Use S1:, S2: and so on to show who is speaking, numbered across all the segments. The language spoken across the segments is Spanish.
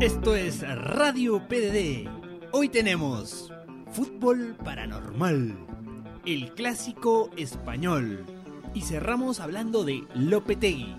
S1: Esto es Radio PDD. Hoy tenemos fútbol paranormal, el clásico español y cerramos hablando de Lopetegui.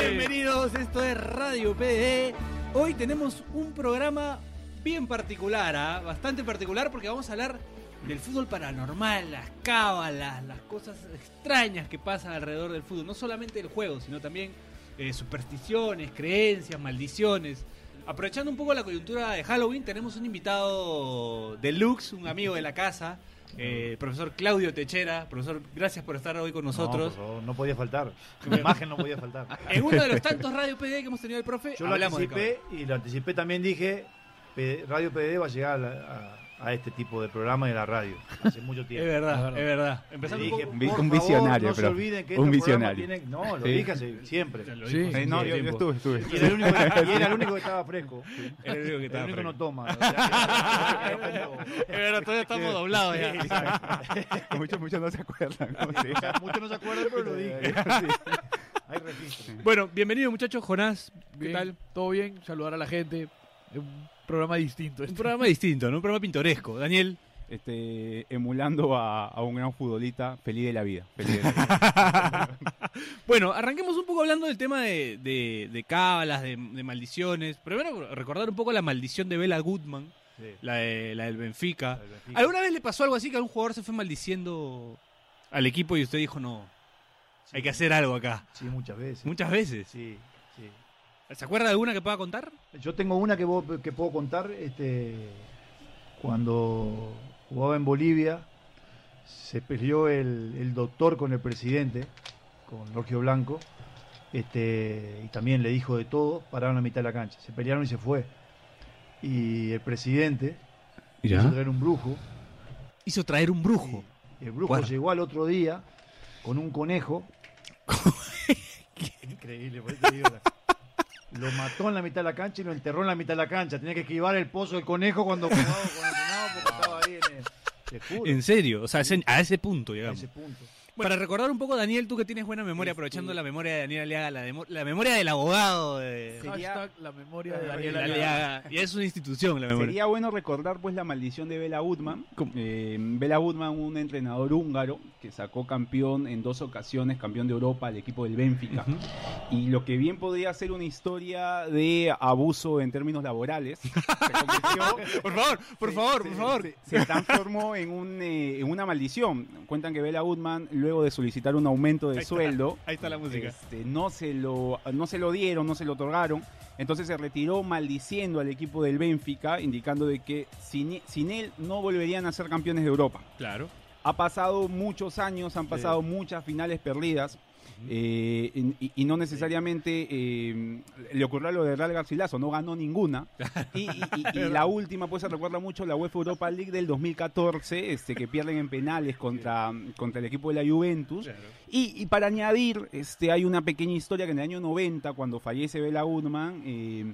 S1: Bienvenidos, esto es Radio PDD. Hoy tenemos un programa bien particular, ¿ah? bastante particular porque vamos a hablar del fútbol paranormal, las cábalas, las cosas extrañas que pasan alrededor del fútbol, no solamente del juego, sino también eh, supersticiones, creencias, maldiciones. Aprovechando un poco la coyuntura de Halloween, tenemos un invitado deluxe, un amigo de la casa, eh, profesor Claudio Techera. Profesor, gracias por estar hoy con
S2: No,
S1: nosotros.
S2: por favor, no podía faltar. Mi imagen no podía faltar.
S1: En uno de los tantos radio PD que hemos tenido el profe,
S2: Yo lo
S1: hablamos de
S2: anticipé y lo anticipé también dije, P- Radio PD va a llegar a, la- a- a este tipo de programa y a la radio hace mucho
S1: cabras. Es
S2: tiempo.
S1: verdad, es verdad.
S2: Le
S1: Empezando
S2: dije,
S1: un poco.
S2: por
S3: Un
S2: favor,
S3: visionario,
S2: no se
S3: pero-
S2: olviden que
S3: un
S2: estos programas
S3: visionario.
S2: tienen- no, lo
S3: Sí.
S2: dije hace- siempre.
S1: Ya lo
S3: Sí,
S1: dijo,
S3: sí,
S1: sí,
S3: no,
S1: sí,
S3: yo, yo
S1: tiempo.
S3: estuve, estuve.
S2: Y era, el único que, y era el único que estaba fresco.
S1: Era el único que
S2: El
S1: estaba
S2: único
S1: fresco.
S2: no toma. o sea, que-
S1: Es verdad, todavía estamos doblados ya.
S3: Muchos, muchos no se acuerdan. ¿no? Sí.
S2: o sea, Muchos no se acuerdan, pero lo dije.
S3: Sí.
S2: Hay registro.
S1: Bueno, bienvenido muchachos, Jonás, ¿qué
S4: Bien,
S1: tal?
S4: Todo bien, saludar a la gente. Un programa distinto.
S1: Un
S4: este.
S1: programa distinto, ¿no? Un programa pintoresco. Daniel,
S3: Este, emulando a, a un gran futbolista, feliz de la vida. Feliz de la vida.
S1: Bueno, arranquemos un poco hablando del tema de, de, de cábalas, de, de maldiciones. Primero, recordar un poco la maldición de Bella Goodman,
S2: Sí.
S1: la, de- la del Benfica.
S2: El Benfica.
S1: ¿Alguna vez le pasó algo así que algún jugador se fue maldiciendo al equipo y usted dijo, no, hay que hacer algo acá?
S2: Sí, muchas veces.
S1: Muchas veces.
S2: Sí, sí.
S1: ¿Se acuerda de alguna que pueda contar?
S2: Yo tengo una que, vo- que puedo contar. Este, cuando jugaba en Bolivia, se peleó el, el doctor con el presidente, con Jorge Blanco, este, y también le dijo de todo, pararon a mitad de la cancha. Se pelearon y se fue. Y el presidente hizo traer un brujo.
S1: Hizo traer un brujo.
S2: y el brujo
S1: Guarda.
S2: llegó al otro día con un conejo. Increíble, por eso te digo, Lo mató en la mitad de la cancha y lo enterró en la mitad de la cancha. Tenía que esquivar el pozo del conejo cuando jugaba con el conejo porque estaba ahí en el. Te juro,
S1: En serio, o sea, ese- a ese punto
S2: a
S1: llegamos.
S2: ese punto.
S1: Bueno, Para recordar un poco, Daniel, tú que tienes buena memoria, aprovechando la memoria de Daniel Aliaga, la, demo- la memoria del abogado de
S4: Hashtag la memoria de
S1: Daniel
S4: Daniel Aliaga.
S1: Aliaga. Ya es una institución la memoria.
S3: Sería bueno recordar pues la maldición de Bela Udman. Eh, Bela Udman, un entrenador húngaro que sacó campeón en dos ocasiones, campeón de Europa al equipo del Benfica.
S1: Ujú.
S3: Y lo que bien podría ser una historia de abuso en términos laborales, se convirtió
S1: Por favor, por
S3: Sí,
S1: favor,
S3: sí,
S1: por favor.
S3: sí, Se, transformó en, un, eh, en una maldición. Cuentan que Bella Goodman, luego de solicitar un aumento de
S1: Ahí está.
S3: sueldo,
S1: Ahí está la música.
S3: este, no, se lo, no se lo dieron, no se lo otorgaron. Entonces se retiró maldiciendo al equipo del Benfica, indicando de que sin, sin él no volverían a ser campeones de Europa.
S1: Claro.
S3: Ha pasado muchos años, han pasado muchas finales perdidas. eh, y, y no necesariamente eh, le ocurrió lo de Real Garcilaso, no ganó ninguna. Y, y- y- y la última, pues se recuerda mucho la UEFA Europa League del 2014, este, que pierden en penales contra, contra el equipo de la Juventus. Y, y para añadir, este, hay una pequeña historia que en el año 90, cuando fallece Bela Udman, eh,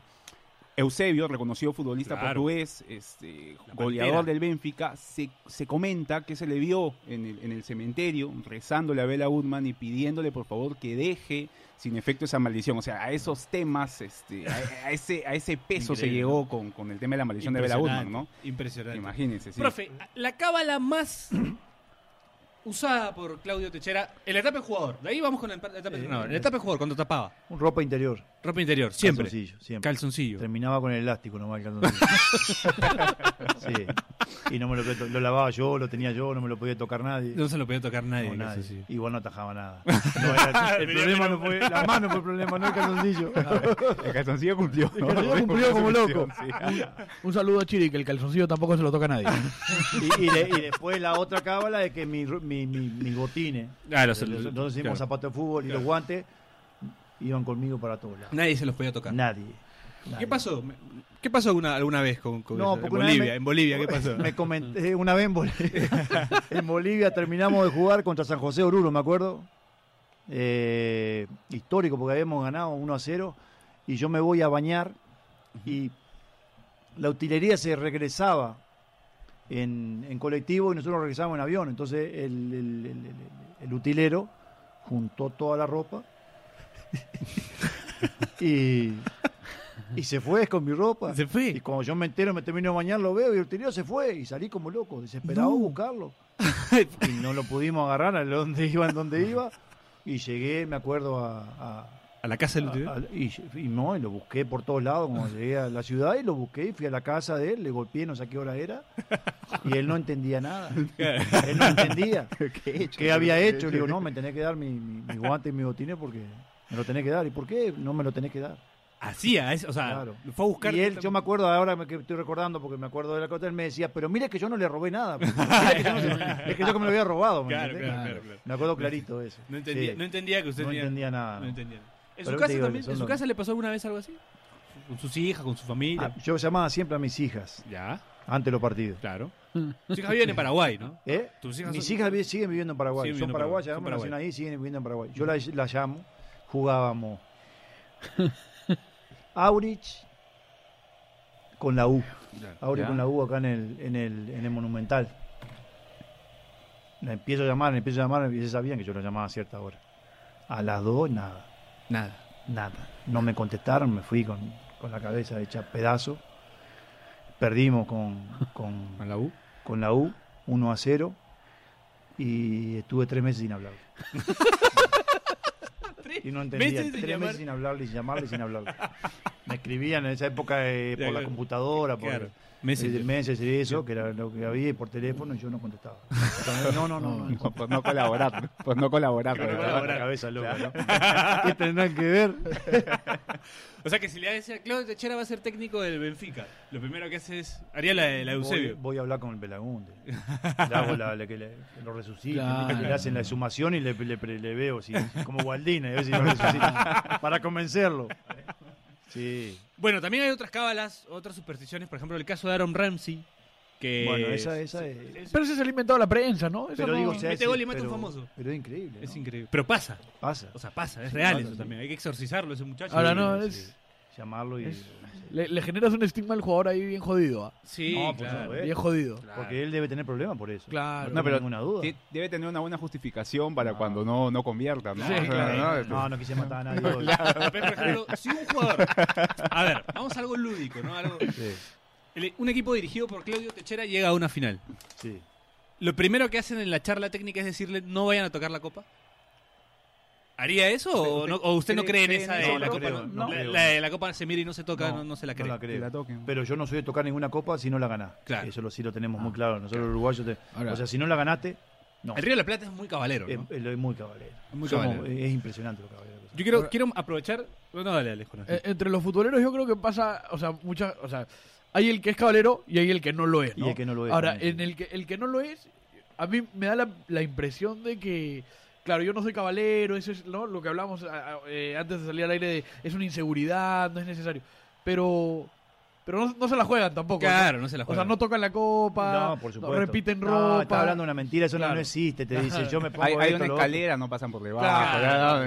S3: Eusebio, reconocido futbolista
S1: Claro.
S3: portugués, este,
S1: La
S3: goleador
S1: Pantera.
S3: del Benfica, se, se comenta que se le vio en el, en el cementerio rezándole a Bela Udman y pidiéndole por favor que deje sin efecto esa maldición. O sea, a esos temas, este, a, a ese, a ese peso se
S1: Increíble.
S3: llegó con, con el tema de la maldición de Bela Udman, ¿no?
S1: Impresionante.
S3: Imagínense, sí.
S1: Profe, la cábala más usada por Claudio Techera en la etapa de jugador. De ahí vamos con la, la etapa de
S2: Sí.
S1: entrenador. En la etapa de jugador, cuando tapaba.
S2: Un ropa interior.
S1: Ropa interior, siempre. Calzoncillo.
S2: Calzoncillo, siempre. Terminaba con el elástico nomás el calzoncillo. sí. Y no me lo, podía to- lo lavaba yo, lo tenía yo, no me lo podía tocar nadie.
S1: No se lo podía tocar nadie.
S2: No,
S1: el
S2: nadie.
S1: calzoncillo.
S2: Igual no atajaba nada. No, era- el problema no fue, la mano fue el problema, no el calzoncillo.
S3: El calzoncillo cumplió.
S2: El calzoncillo cumplió como loco.
S3: Sí.
S4: Un saludo a Chiri, que el calzoncillo tampoco se lo toca a nadie.
S2: Y, y de- y después la otra cábala de que mi, ru- mi, mi- mis botines,
S1: Ah, los-
S2: los- nosotros hicimos
S1: claro.
S2: zapatos de fútbol y los guantes, iban conmigo para todos lados.
S1: Nadie se los podía tocar.
S2: Nadie.
S1: ¿Qué
S2: nadie.
S1: pasó? ¿Qué pasó alguna, alguna vez con, con
S2: No,
S1: eso? en
S2: porque una vez
S1: Bolivia?
S2: me-
S1: ¿En Bolivia qué pasó?
S2: Me comenté una vez en Bolivia, en Bolivia terminamos de jugar contra San José Oruro, me acuerdo. Eh, histórico porque habíamos ganado 1 a 0 y yo me voy a bañar y la utilería se regresaba en, en colectivo y nosotros regresábamos en avión. Entonces el, el- el- el- el utilero juntó toda la ropa y, y se fue con mi ropa.
S4: Se fue.
S2: Y cuando yo me entero, me termino de bañar, lo veo y el utilero se fue y salí como loco, desesperado a
S4: No.
S2: buscarlo. Y no lo pudimos agarrar a donde iba, en donde iba. Y llegué, me acuerdo, a- a,
S1: A la casa del
S2: a-
S1: utilero.
S2: a- y, y no, y lo busqué por todos lados cuando llegué a la ciudad y lo busqué y fui a la casa de él, le golpeé, no sé a qué hora era, y él no entendía nada. Él no entendía
S3: ¿Qué,
S2: qué había hecho. Le digo, no, me tenés que dar mi, mi- mi guante y mi botines porque me lo tenés que dar. ¿Y por qué no me lo tenés que dar?
S1: Hacía, es- o sea,
S2: Claro.
S1: fue a buscar.
S2: Y él, yo me acuerdo ahora me- que estoy recordando porque me acuerdo de la cosa, él me decía, pero mire que yo no le robé nada. porque mire que yo no se- es que yo que me lo había robado. ¿me
S1: Claro,
S2: entendés?
S1: claro, claro, claro.
S2: Me acuerdo clarito eso.
S1: No entendía,
S2: Sí,
S1: no entendía que usted
S2: no
S1: tenía-
S2: entendía nada.
S1: no
S2: no.
S1: entendía. ¿En
S2: Pero
S1: su
S2: te
S1: casa
S2: digo,
S1: también?
S2: son
S1: ¿En su
S2: los-
S1: casa le pasó alguna vez algo así? ¿Con sus hijas, con su familia?
S2: Ah, yo llamaba siempre a mis hijas
S1: ya,
S2: antes de los partidos.
S1: claro. Sus hijas viven en Paraguay, ¿no?
S2: ¿Eh?
S1: Tus hijas
S2: Mis
S1: son-
S2: hijas vi- siguen viviendo en Paraguay.
S1: Siguen
S2: son
S1: viviendo en Paraguay,
S2: paraguayas,
S1: son
S2: ambas nacieron
S1: paraguayas.
S2: ahí, siguen viviendo en Paraguay. Yo las la llamo, jugábamos Aurich con la U. Aurich
S3: Ya.
S2: con la U acá en el, en el, en el Monumental. La empiezo a llamar, la empiezo a llamar, y ya sabían que yo la llamaba a cierta hora. A las dos, nada,
S1: Nada.
S2: nada. No me contestaron, me fui con, con la cabeza hecha pedazo. Perdimos con- con,
S1: ¿Con la U?
S2: con la U, 1 a 0, y estuve tres meses sin hablarle. y no entendía,
S1: meses sin
S2: tres
S1: llamar.
S2: meses sin hablarle, sin llamarle, sin hablarle. Me escribían en esa época eh, por la
S1: Claro.
S2: computadora, por
S1: Claro.
S2: meses,
S1: Messenger.
S2: meses y eso, que era lo que había, y por teléfono, y yo no contestaba. Entonces, No, no, no, no.
S3: No, por no colaborar, ¿no? por no colaborar.
S1: Por no
S2: Me
S3: ¿verdad?
S2: agarraba
S1: colaborar.
S2: la cabeza loca, ¿no? ¿Qué tendrán que ver?
S1: O sea que si le decía Claudio Techera va a ser técnico del Benfica, lo primero que hace es. Haría la de la de
S2: Voy,
S1: Eusebio.
S2: voy a hablar con el Belagunde. Le hago la, la que le- que lo resucita.
S4: Claro.
S2: Le hacen la sumación y le, le- le veo si, como Gualdina, a ver si lo resucita. Para convencerlo. Sí.
S1: Bueno, también hay otras cábalas, otras supersticiones. Por ejemplo, el caso de Aaron Ramsey. Que
S2: Bueno, esa, esa es.
S4: Pero ese se lo ha inventado la prensa, ¿no? Eso
S2: Pero
S4: no-
S2: digo, se
S1: mete
S2: hace-
S1: gol y mata un
S2: pero-
S1: famoso.
S2: Pero es increíble.
S1: Es
S2: ¿no?
S1: increíble. Pero pasa.
S2: Pasa.
S1: O sea, pasa. Es real
S2: pasa,
S1: eso
S2: sí.
S1: también. Hay que exorcizarlo ese muchacho.
S4: Ahora
S2: Sí,
S4: no,
S2: sí.
S4: es-
S2: Llamarlo y.
S4: es- le, le generas un estigma al jugador ahí bien jodido, ¿ah?
S1: Sí,
S2: No, por
S1: claro.
S2: supuesto.
S4: Bien jodido.
S1: Claro.
S2: Porque él debe tener problemas por eso.
S4: Claro.
S2: No,
S3: No, pero-
S2: tengo ninguna duda.
S3: De- Debe tener una buena justificación para
S2: No.
S3: cuando no, no convierta, ¿no?
S4: Sí,
S3: O sea,
S4: claro.
S3: ¿no? Este-
S2: No, no quise matar a nadie. hoy.
S1: Pero, por ejemplo, si un jugador. A ver, vamos a algo lúdico, ¿no? Algo...
S2: Sí,
S1: el- Un equipo dirigido por Claudio Techera llega a una final.
S2: sí.
S1: Lo primero que hacen en la charla técnica es decirle no vayan a tocar la copa. ¿Haría eso o, no- o usted no cree en esa de
S2: no,
S1: la
S2: no
S1: copa? no?
S2: creo, no
S1: la,
S2: creo.
S1: la de la copa se mira y no se toca, no,
S2: No,
S1: no se la
S2: no
S1: cree.
S2: la creo.
S3: que la toquen.
S2: Pero yo no soy de tocar ninguna copa si no la ganás.
S1: Claro.
S2: Eso lo, sí lo tenemos muy claro. Nosotros los uruguayos. te-
S4: Ahora-
S2: o sea, si no la ganaste, no.
S1: El Río de la Plata es muy cabalero,
S2: Es,
S1: ¿no?
S2: es muy cabalero.
S1: Muy
S2: Somos-
S1: cabalero.
S2: Es, es impresionante lo cabalero. que somos.
S1: Yo quiero,
S4: Ahora-
S1: quiero aprovechar... No, no, dale, Alejo. no.
S4: Eh, entre los futboleros yo creo que pasa, o sea, muchas, o sea, hay el que es cabalero y hay el que no lo es,
S2: Y
S4: ¿no?
S2: el que no lo es
S4: Ahora,
S2: también,
S4: en
S2: sí.
S4: el que el que no lo es, a mí me da la, la impresión de que Claro, yo no soy cabalero, eso es ¿no? lo que hablamos a- a- eh, antes de salir al aire de es una inseguridad, no es necesario. Pero pero no, no se la juegan tampoco. ¿no?
S1: Claro, no se la
S4: eh, O
S1: juega.
S4: sea,
S2: Ah,
S4: no tocan la copa,
S2: No, por supuesto.
S4: repiten ropa.
S2: No, está hablando una mentira, eso no-
S4: Claro.
S2: no existe. Te dice, yo me pongo.
S3: Hay, hay
S2: esto,
S3: una
S2: lo otro.
S3: escalera, no pasan por debajo.
S4: Claro.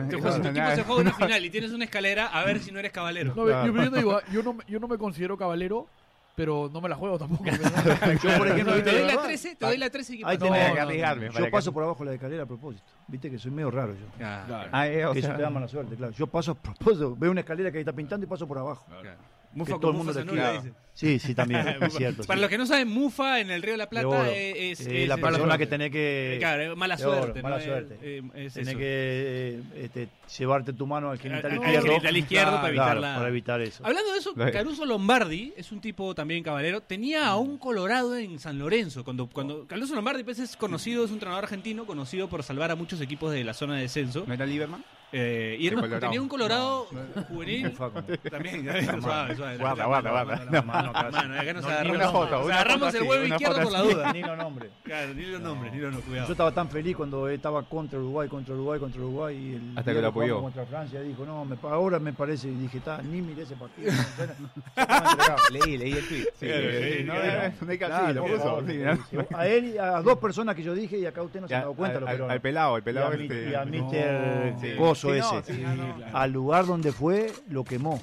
S3: ya,
S1: Te
S3: no,
S1: juegas- tu
S3: no,
S1: equipo
S3: nada.
S1: se juega una final y tienes una escalera a ver si no eres cabalero.
S4: No, yo, yo te digo, ah, yo no, me- yo no me considero cabalero, pero no me la juego tampoco.
S2: Yo, por ejemplo,
S1: te doy
S2: ¿viste?
S1: la 13, te doy la 13 y ¿qué
S2: Ahí
S1: pasa?
S4: No,
S3: Para
S4: no,
S3: que arriesgarme, para
S2: yo
S3: que-
S2: paso por abajo de la escalera a propósito. Viste que soy medio raro yo.
S1: Ah,
S3: Ah, eh, o
S2: Eso
S3: sea,
S2: te da mala suerte, claro. Yo paso a propósito, veo una escalera que ahí está pintando y paso por abajo.
S1: claro.
S2: Que
S1: Mufa
S2: todo
S1: con
S2: el mundo
S1: mufa se
S2: te
S1: anula,
S2: esquiva.
S1: dice.
S2: Sí, sí, también. es cierto.
S1: Para
S2: sí.
S1: los que no saben, mufa en el Río de la
S2: De oro.
S1: Plata eh, es,
S2: Eh,
S1: es-
S2: la
S1: es-
S2: persona
S1: es-
S2: que tenés que.
S1: Claro, eh, mala
S2: de oro,
S1: suerte.
S2: mala
S1: ¿no? Es-
S2: suerte.
S1: eh, es
S2: Tenés
S1: eso.
S2: que eh, este, llevarte tu mano al
S1: Al-
S2: genital
S1: al
S2: izquierdo.
S1: genital izquierdo para
S2: Claro,
S1: evitar la-
S2: para evitar eso.
S1: Hablando de eso,
S3: Lo es.
S1: Caruso Lombardi es un tipo también caballero. Tenía a un colorado en San Lorenzo. Cuando, cuando Caruso Lombardi pues, es conocido, es un entrenador argentino conocido por salvar a muchos equipos de la zona de descenso.
S3: ¿No era Lieberman?
S1: Eh, y era
S3: De
S1: un-
S3: Colorado.
S1: tenía un colorado juvenil.
S2: Mufa como-
S1: También, también, suave, suave.
S3: Guarda, guarda, guarda.
S1: La mano, la mano, acá nos
S2: No, ni
S1: agarramos,
S2: una foto,
S1: nos
S3: una
S1: agarramos el
S3: foto así,
S1: huevo
S3: una
S1: izquierdo
S3: foto
S1: por la duda.
S2: Ni los nombres.
S1: Claro, ni los nombres, ni los nombres,
S2: Yo
S1: cuidado.
S2: estaba tan feliz cuando estaba contra Uruguay, contra Uruguay, contra Uruguay. Y el
S3: Hasta
S2: día
S3: que
S2: jugamos
S3: lo apoyó.
S2: Contra Francia dijo, no, me, pa- ahora me parece. Y dije, está, ni miré ese partido. no, estaba entregado.
S3: Leí, leí el tweet. Sí,
S1: Claro,
S3: eh,
S1: sí,
S3: no,
S1: claro.
S3: eh, no hay que
S2: Claro,
S3: sí, lo
S2: por
S3: puso,
S2: favor.
S3: sí, ¿no?
S2: A él y a dos personas que yo dije y acá usted no se ha
S3: Ya,
S2: dado cuenta.
S3: al,
S2: lo
S3: al-
S2: peor.
S3: al pelado,
S2: Y
S3: el
S2: a,
S3: pelado
S2: mi-
S3: este.
S2: y a Mr.
S3: Sí.
S2: Coso
S3: Sí, no,
S2: ese.
S3: sí, ah, no.
S2: Al lugar donde fue, lo quemó.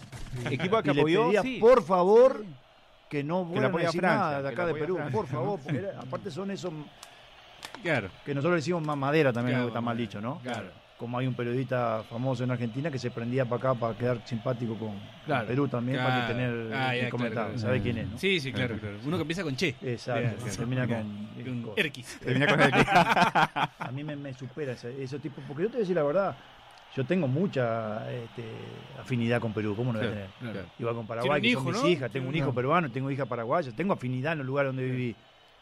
S3: Equipo
S2: Y
S3: que
S2: le
S3: apoyó,
S2: pedía,
S3: sí.
S2: por favor, que no
S3: la
S2: vuelvan a
S3: apoye a
S2: decir
S3: Francia,
S2: nada de
S3: que la
S2: acá de
S3: apoye a
S2: Perú,
S3: Francia,
S2: por favor. porque era- aparte son esos
S1: Claro.
S2: que nosotros le decimos mamadera también,
S1: Claro,
S2: algo que está mal
S1: mamadera,
S2: dicho, ¿no?
S1: claro.
S2: Como hay un periodista famoso en Argentina que se prendía para acá para quedar simpático con, con
S4: Claro.
S2: Perú también, para
S1: Claro.
S2: que tener
S1: Ah,
S2: que
S1: ya,
S2: comentar,
S1: claro, claro.
S2: sabe quién es, ¿no?
S1: Sí, sí, claro, claro. Uno que empieza con che.
S2: Exacto,
S1: Claro,
S2: termina
S1: claro.
S2: con,
S1: Con
S2: con-
S1: Erquis.
S3: Termina con el que-
S2: A mí me, me supera ese, ese tipo, porque yo te voy a decir la verdad, yo tengo mucha este, afinidad con Perú, ¿cómo no voy a
S1: Claro,
S2: tener?
S1: claro.
S2: Igual con Paraguay, que
S1: Tiene un
S2: son
S1: hijo,
S2: mis
S1: ¿no?
S2: hijas, tengo un
S1: Tiene-
S2: hijo peruano, tengo hija paraguaya, tengo afinidad en los lugares donde viví.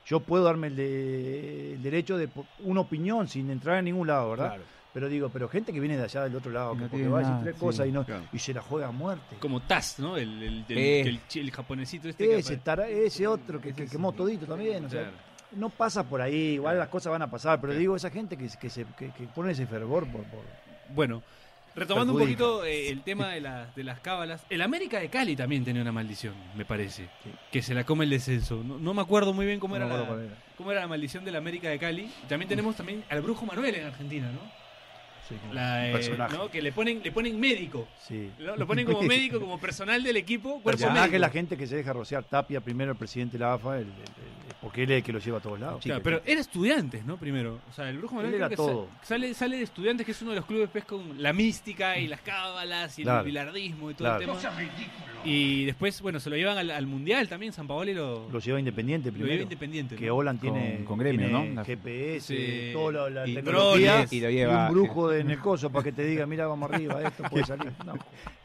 S2: Yo puedo darme el, de- el derecho de po- una opinión sin entrar a ningún lado, ¿verdad?
S1: Claro.
S2: Pero digo, pero gente que viene de allá del otro lado,
S3: Y
S2: que
S3: no
S2: porque
S3: tiene
S2: va a decir
S3: nada,
S2: tres
S3: sí,
S2: cosas y, no,
S1: claro.
S2: y se la juega a muerte.
S1: Como Taz, ¿no? El, el, el,
S3: Eh.
S1: el chi- el japonesito este. que
S2: Ese,
S1: apare-
S2: tara- ese otro que, que quemó todito también, o sea,
S1: Claro.
S2: no pasa por ahí, igual
S1: Claro.
S2: las cosas van a pasar, pero
S1: Claro.
S2: digo, esa gente que, que, se, que, que pone ese fervor por... por-
S1: Bueno, retomando un
S2: Perjudica.
S1: poquito eh, el tema de, las de las cábalas. El América de Cali también tenía una maldición, me parece.
S2: Sí.
S1: Que se la come el descenso. No, no me acuerdo muy bien cómo,
S2: no
S1: era
S2: me
S1: la,
S2: acuerdo cuál era.
S1: cómo era la maldición del América de Cali. Y También tenemos también al Brujo Manuel en Argentina, ¿no?
S2: Sí, como
S1: La,
S2: un
S1: eh,
S2: personaje.
S1: ¿no? Que le ponen, le ponen médico.
S2: Sí.
S1: Lo, lo ponen como médico, como personal del equipo, cuerpo
S2: Personaje
S1: médico.
S2: la gente que se deja rociar Tapia, primero el presidente de la AFA, el- el- el- porque él es el que lo lleva a todos lados.
S1: Claro, pero era estudiantes, ¿no? Primero. O sea, el Brujo Manuel
S2: Él
S1: creo
S2: era
S1: que
S2: todo.
S1: sa- sale, sale de estudiantes, que es uno de los clubes pues, con la mística y las cábalas y
S2: Claro.
S1: el bilardismo y todo el
S2: Claro.
S1: tema. Y después, bueno, se lo llevan al, al Mundial también, San Paoli lo,
S2: Lo lleva Independiente
S1: lo
S2: primero.
S1: lleva independiente.
S2: Que
S1: ¿no?
S2: Olan
S3: Con-
S2: tiene,
S3: con Gremio,
S2: tiene
S3: ¿no? La-
S2: GPS,
S1: Sí.
S2: toda la, la
S3: Y
S2: tecnología
S1: drones.
S2: y,
S3: Y lo lleva-
S2: un brujo de en el coso para que te diga, mira, vamos arriba, esto puede salir. No.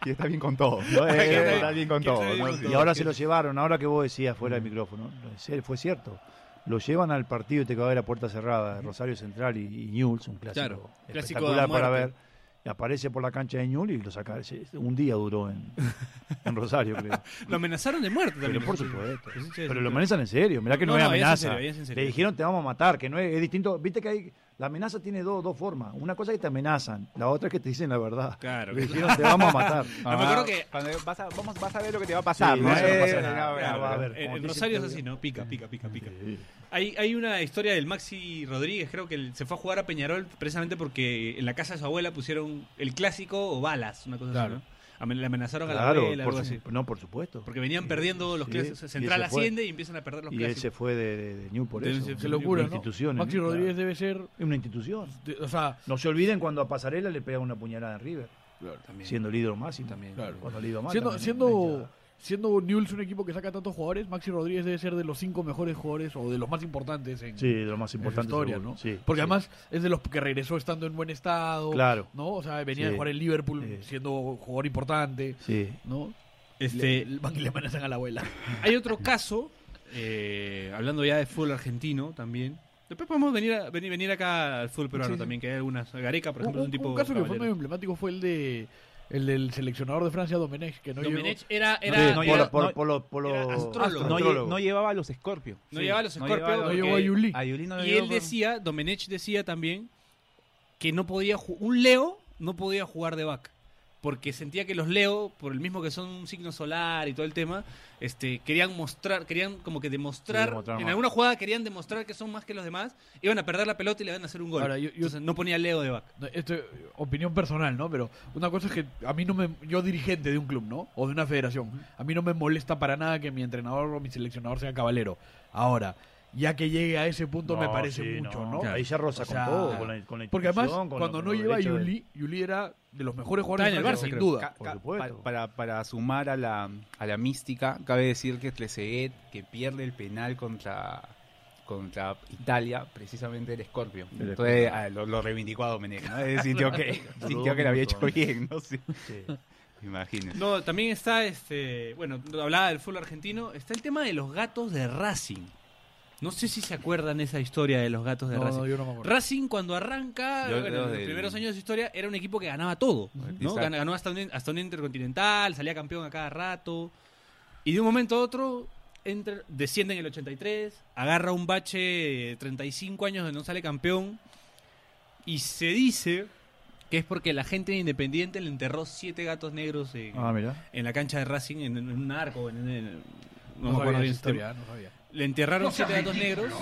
S3: Y está bien con todo. ¿no?
S1: está bien-
S3: Está bien con
S1: que está
S3: todo.
S1: bien
S3: ¿no?
S1: con
S3: Sí.
S2: Y
S1: todo.
S2: ahora se lo llevaron, ahora que vos decías fuera del micrófono, se- fue cierto. Lo llevan al partido y te cabe la puerta cerrada, de Rosario Central y, y Newell's, un clásico
S1: Claro, clásico de
S2: espectacular para
S1: muerte.
S2: ver. Y aparece por la cancha de Newell's y lo saca. se- Un día duró en, en Rosario, creo.
S1: Lo amenazaron de muerte también.
S2: Pero por
S1: Sí.
S2: supuesto.
S1: Sí, sí, sí,
S2: Pero
S1: sí.
S2: lo amenazan en serio, mirá que no,
S1: No,
S2: es
S1: no, ahí es en
S2: amenaza.
S1: serio, ahí es en serio.
S2: Le dijeron te vamos a matar, que no es, es distinto. Viste que hay, la amenaza tiene dos, dos formas. Una cosa es que te amenazan, la otra es que te dicen la verdad.
S1: Claro,
S2: Le
S1: claro.
S2: dijeron te vamos a matar.
S1: Ah, me acuerdo que-
S3: cuando vas a, vamos, vas a ver lo que te va a pasar.
S2: Sí,
S3: ¿no?
S2: no, eso no
S3: Eh,
S2: pasa
S3: eh,
S2: nada.
S3: no,
S2: Ya
S3: no,
S2: va a
S3: no.
S2: ver.
S1: En,
S2: como
S1: en
S2: dicen,
S1: Rosario es
S2: te-
S1: así, ¿no? Pica, pica, pica, pica.
S2: Sí.
S1: Hay, hay una historia del Maxi Rodríguez, creo que él se fue a jugar a Peñarol precisamente porque en la casa de su abuela pusieron el clásico o balas, una cosa
S4: Claro.
S1: así, ¿no? Amen- Le amenazaron a la
S2: Claro,
S1: abuela,
S2: por
S1: algo
S2: su-
S1: así.
S2: no, por supuesto.
S1: Porque venían perdiendo los
S2: Sí,
S1: clásicos.
S2: y él
S1: Central
S2: se fue.
S1: asciende y empiezan a perder los
S2: Y él
S1: clásicos.
S2: se fue de, de- de New por
S1: Entonces,
S2: eso.
S1: se-
S4: Qué locura, ¿no?
S2: Instituciones,
S4: Maxi
S2: ¿no?
S4: Rodríguez
S2: Claro.
S4: debe ser...
S2: Es una institución.
S4: de- o sea,
S2: No se olviden cuando a Pasarela le pegaba una puñalada en River,
S1: También.
S2: siendo el ídolo máximo.
S1: También.
S4: Claro.
S2: Cuando el ídolo más.
S4: siendo,
S2: también,
S4: siendo,
S2: hinchada.
S4: siendo Newell's un equipo que saca tantos jugadores, Maxi Rodríguez debe ser de los cinco mejores jugadores o de los más importantes en,
S2: Sí, de lo más
S4: en su
S2: importante.
S4: historia,
S2: seguro.
S4: ¿no?
S2: Sí,
S4: Porque
S2: sí.
S4: además es de los que regresó estando en buen estado,
S2: Claro.
S4: ¿no? O sea, venía
S2: Sí.
S4: de jugar en Liverpool
S2: Sí.
S4: siendo jugador importante,
S2: Sí.
S4: ¿no?
S1: Este,
S4: Le, le amenazan a la abuela.
S1: Hay otro caso, eh, hablando ya de fútbol argentino también. Después podemos venir, a, venir, venir acá al fútbol peruano
S4: Sí, sí.
S1: también, que hay algunas. Gareca, por
S4: Un,
S1: ejemplo, es un
S4: un
S1: tipo.
S4: caso que fue
S1: caballero.
S4: medio emblemático fue el de el del seleccionador de Francia Domenech, que no
S1: Domenech
S4: llegó.
S1: era.
S2: Sí,
S1: era-
S2: por,
S1: era-
S2: lo- por,
S3: no-
S2: por lo- por lo-
S1: era astrólogo.
S3: No, lle-
S2: astrólogo.
S3: no llevaba a los Scorpio.
S1: No llevaba a los Scorpio
S3: llevaba
S1: porque-
S4: No llevó a Yuli.
S3: a Yuli no lo
S1: y
S3: llevó
S1: él
S3: por-
S1: decía, Domenech decía también, que no podía. ju- Un Leo no podía jugar de back. Porque sentía que los Leo, por el mismo que son un signo solar y todo el tema, este, querían mostrar, querían como que demostrar,
S2: Sí, demostrar
S1: en
S2: más.
S1: alguna jugada querían demostrar que son más que los demás, iban a perder la pelota y le iban a hacer un gol.
S4: Ahora, yo- yo-
S1: Entonces no ponía Leo de back.
S4: No, Esto es opinión personal, ¿no? Pero una cosa es que a mí no me... Yo dirigente de un club, ¿no? O de una federación. A mí no me molesta para nada que mi entrenador o mi seleccionador sea caballero. Ahora, ya que llegue a ese punto me
S2: No,
S4: parece
S2: sí,
S4: mucho, ¿no?
S1: Claro.
S2: Ahí ya roza
S4: O sea,
S2: con todo, con la, con la
S4: Porque además,
S2: institución, con
S4: cuando
S2: lo-
S4: no
S2: con los
S4: lleva a
S2: derechos de-
S4: Yuli, Yuli era de los mejores
S1: Estaba
S4: jugadores
S1: en el
S4: Francia,
S1: Barça,
S4: sin
S1: creo.
S4: duda.
S3: Ca-
S2: Por
S3: ca-
S2: supuesto.
S3: pa- Para, para sumar a la, a la mística, cabe decir que Trezeguet, que pierde el penal contra, contra Italia, precisamente el Scorpio.
S2: El
S3: Entonces ah, lo, lo reivindicó a Domenech, ¿no? Él sintió que,
S2: Dudó
S3: sintió que lo había
S2: mucho,
S3: hecho
S2: ¿no?
S3: bien, ¿no? Sí,
S2: Sí.
S3: me imagino.
S1: No, también está este, bueno, hablaba del fútbol argentino, está el tema de los gatos de Racing. No sé si se acuerdan esa historia de los gatos de
S4: No,
S1: Racing.
S4: no, yo no me acuerdo.
S1: Racing cuando arranca, bueno,
S3: Yo- yo
S1: en los
S3: del-
S1: primeros años de su historia, era un equipo que ganaba todo. ¿no?
S3: Exacto.
S1: Gan- Ganó hasta un, hasta un intercontinental, salía campeón a cada rato. Y de un momento a otro entra, desciende en el 83, agarra un bache de 35 años donde no sale campeón. Y se dice que es porque la gente de Independiente le enterró siete gatos negros en,
S2: Ah, mira.
S1: en la cancha de Racing, en, en un arco. En, en- en- no, me
S4: No, sabía
S1: acuerdo
S4: esa
S1: bien.
S4: historia, no sabía.
S1: Le enterraron siete gatos negros.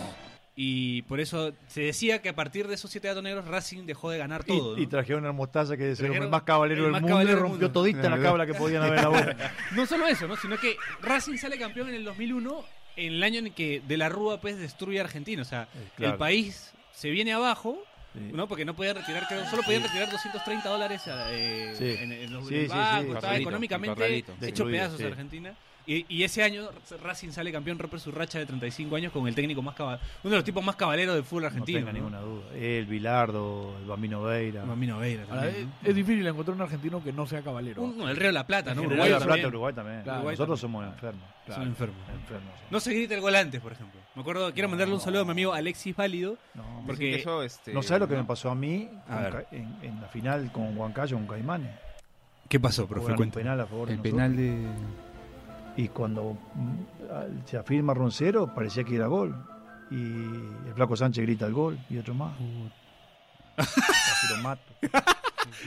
S1: Y por eso se decía que a partir de esos siete gatos negros Racing dejó de ganar todo.
S2: Y, y
S1: ¿no?
S2: trajeron a Mostaza, que es el
S1: Trajeron
S2: hombre más cabalero
S1: el
S2: del
S1: más
S2: mundo,
S1: caballero
S2: y
S1: del
S2: rompió
S1: mundo.
S2: todita la cabla que podían haber en la boca.
S1: No solo eso, ¿no? sino que Racing sale campeón en el 2001, en el año en que De la Rúa pues, destruye a Argentina. O sea,
S2: Eh, claro.
S1: el país se viene abajo,
S2: Sí.
S1: ¿no? porque no podían retirar, creo, solo podían retirar 230 dólares eh,
S2: Sí.
S1: en, en los
S2: Sí,
S1: en el
S2: sí, sí,
S1: banco,
S2: el
S1: estaba
S2: corralito,
S1: económicamente
S5: el corralito.
S1: hecho
S2: Destruido,
S1: pedazos
S2: sí.
S1: Argentina. Y, y ese año Racing sale campeón, rompe su racha de 35 años con el técnico más cabal, uno de los tipos más cabaleros del fútbol
S2: No
S1: argentino.
S2: tengo
S1: ¿no?
S2: ninguna duda. El Bilardo, el Bambino Veira.
S1: Bambino Veira
S4: Ahora,
S1: también,
S4: es,
S1: ¿no?
S4: es difícil encontrar un argentino que no sea caballero.
S1: Un- no, el Río de la Plata, ¿no?
S2: En
S1: Uruguay
S2: Uruguay, la
S1: también.
S2: Plata, Uruguay también.
S4: Claro.
S2: Nosotros somos enfermos.
S1: Son enfermos.
S2: Enfermos.
S1: No se grita el gol antes, por ejemplo. Me acuerdo, quiero mandarle un saludo a mi amigo Alexis Válido.
S2: No,
S1: Porque-
S3: Dicen que eso, este,
S2: no sabes lo que me pasó a mí
S1: A
S2: con
S1: ver.
S2: Ca- en, en la final con Huancayo, con Caimanes.
S1: ¿Qué pasó,
S2: Cobraron un penal a favor de
S5: El
S2: nosotros.
S5: penal de.
S2: Y cuando mm, al- se afirma Roncero, parecía que era gol. Y el Flaco Sánchez grita el gol y otro más. Casi lo mato.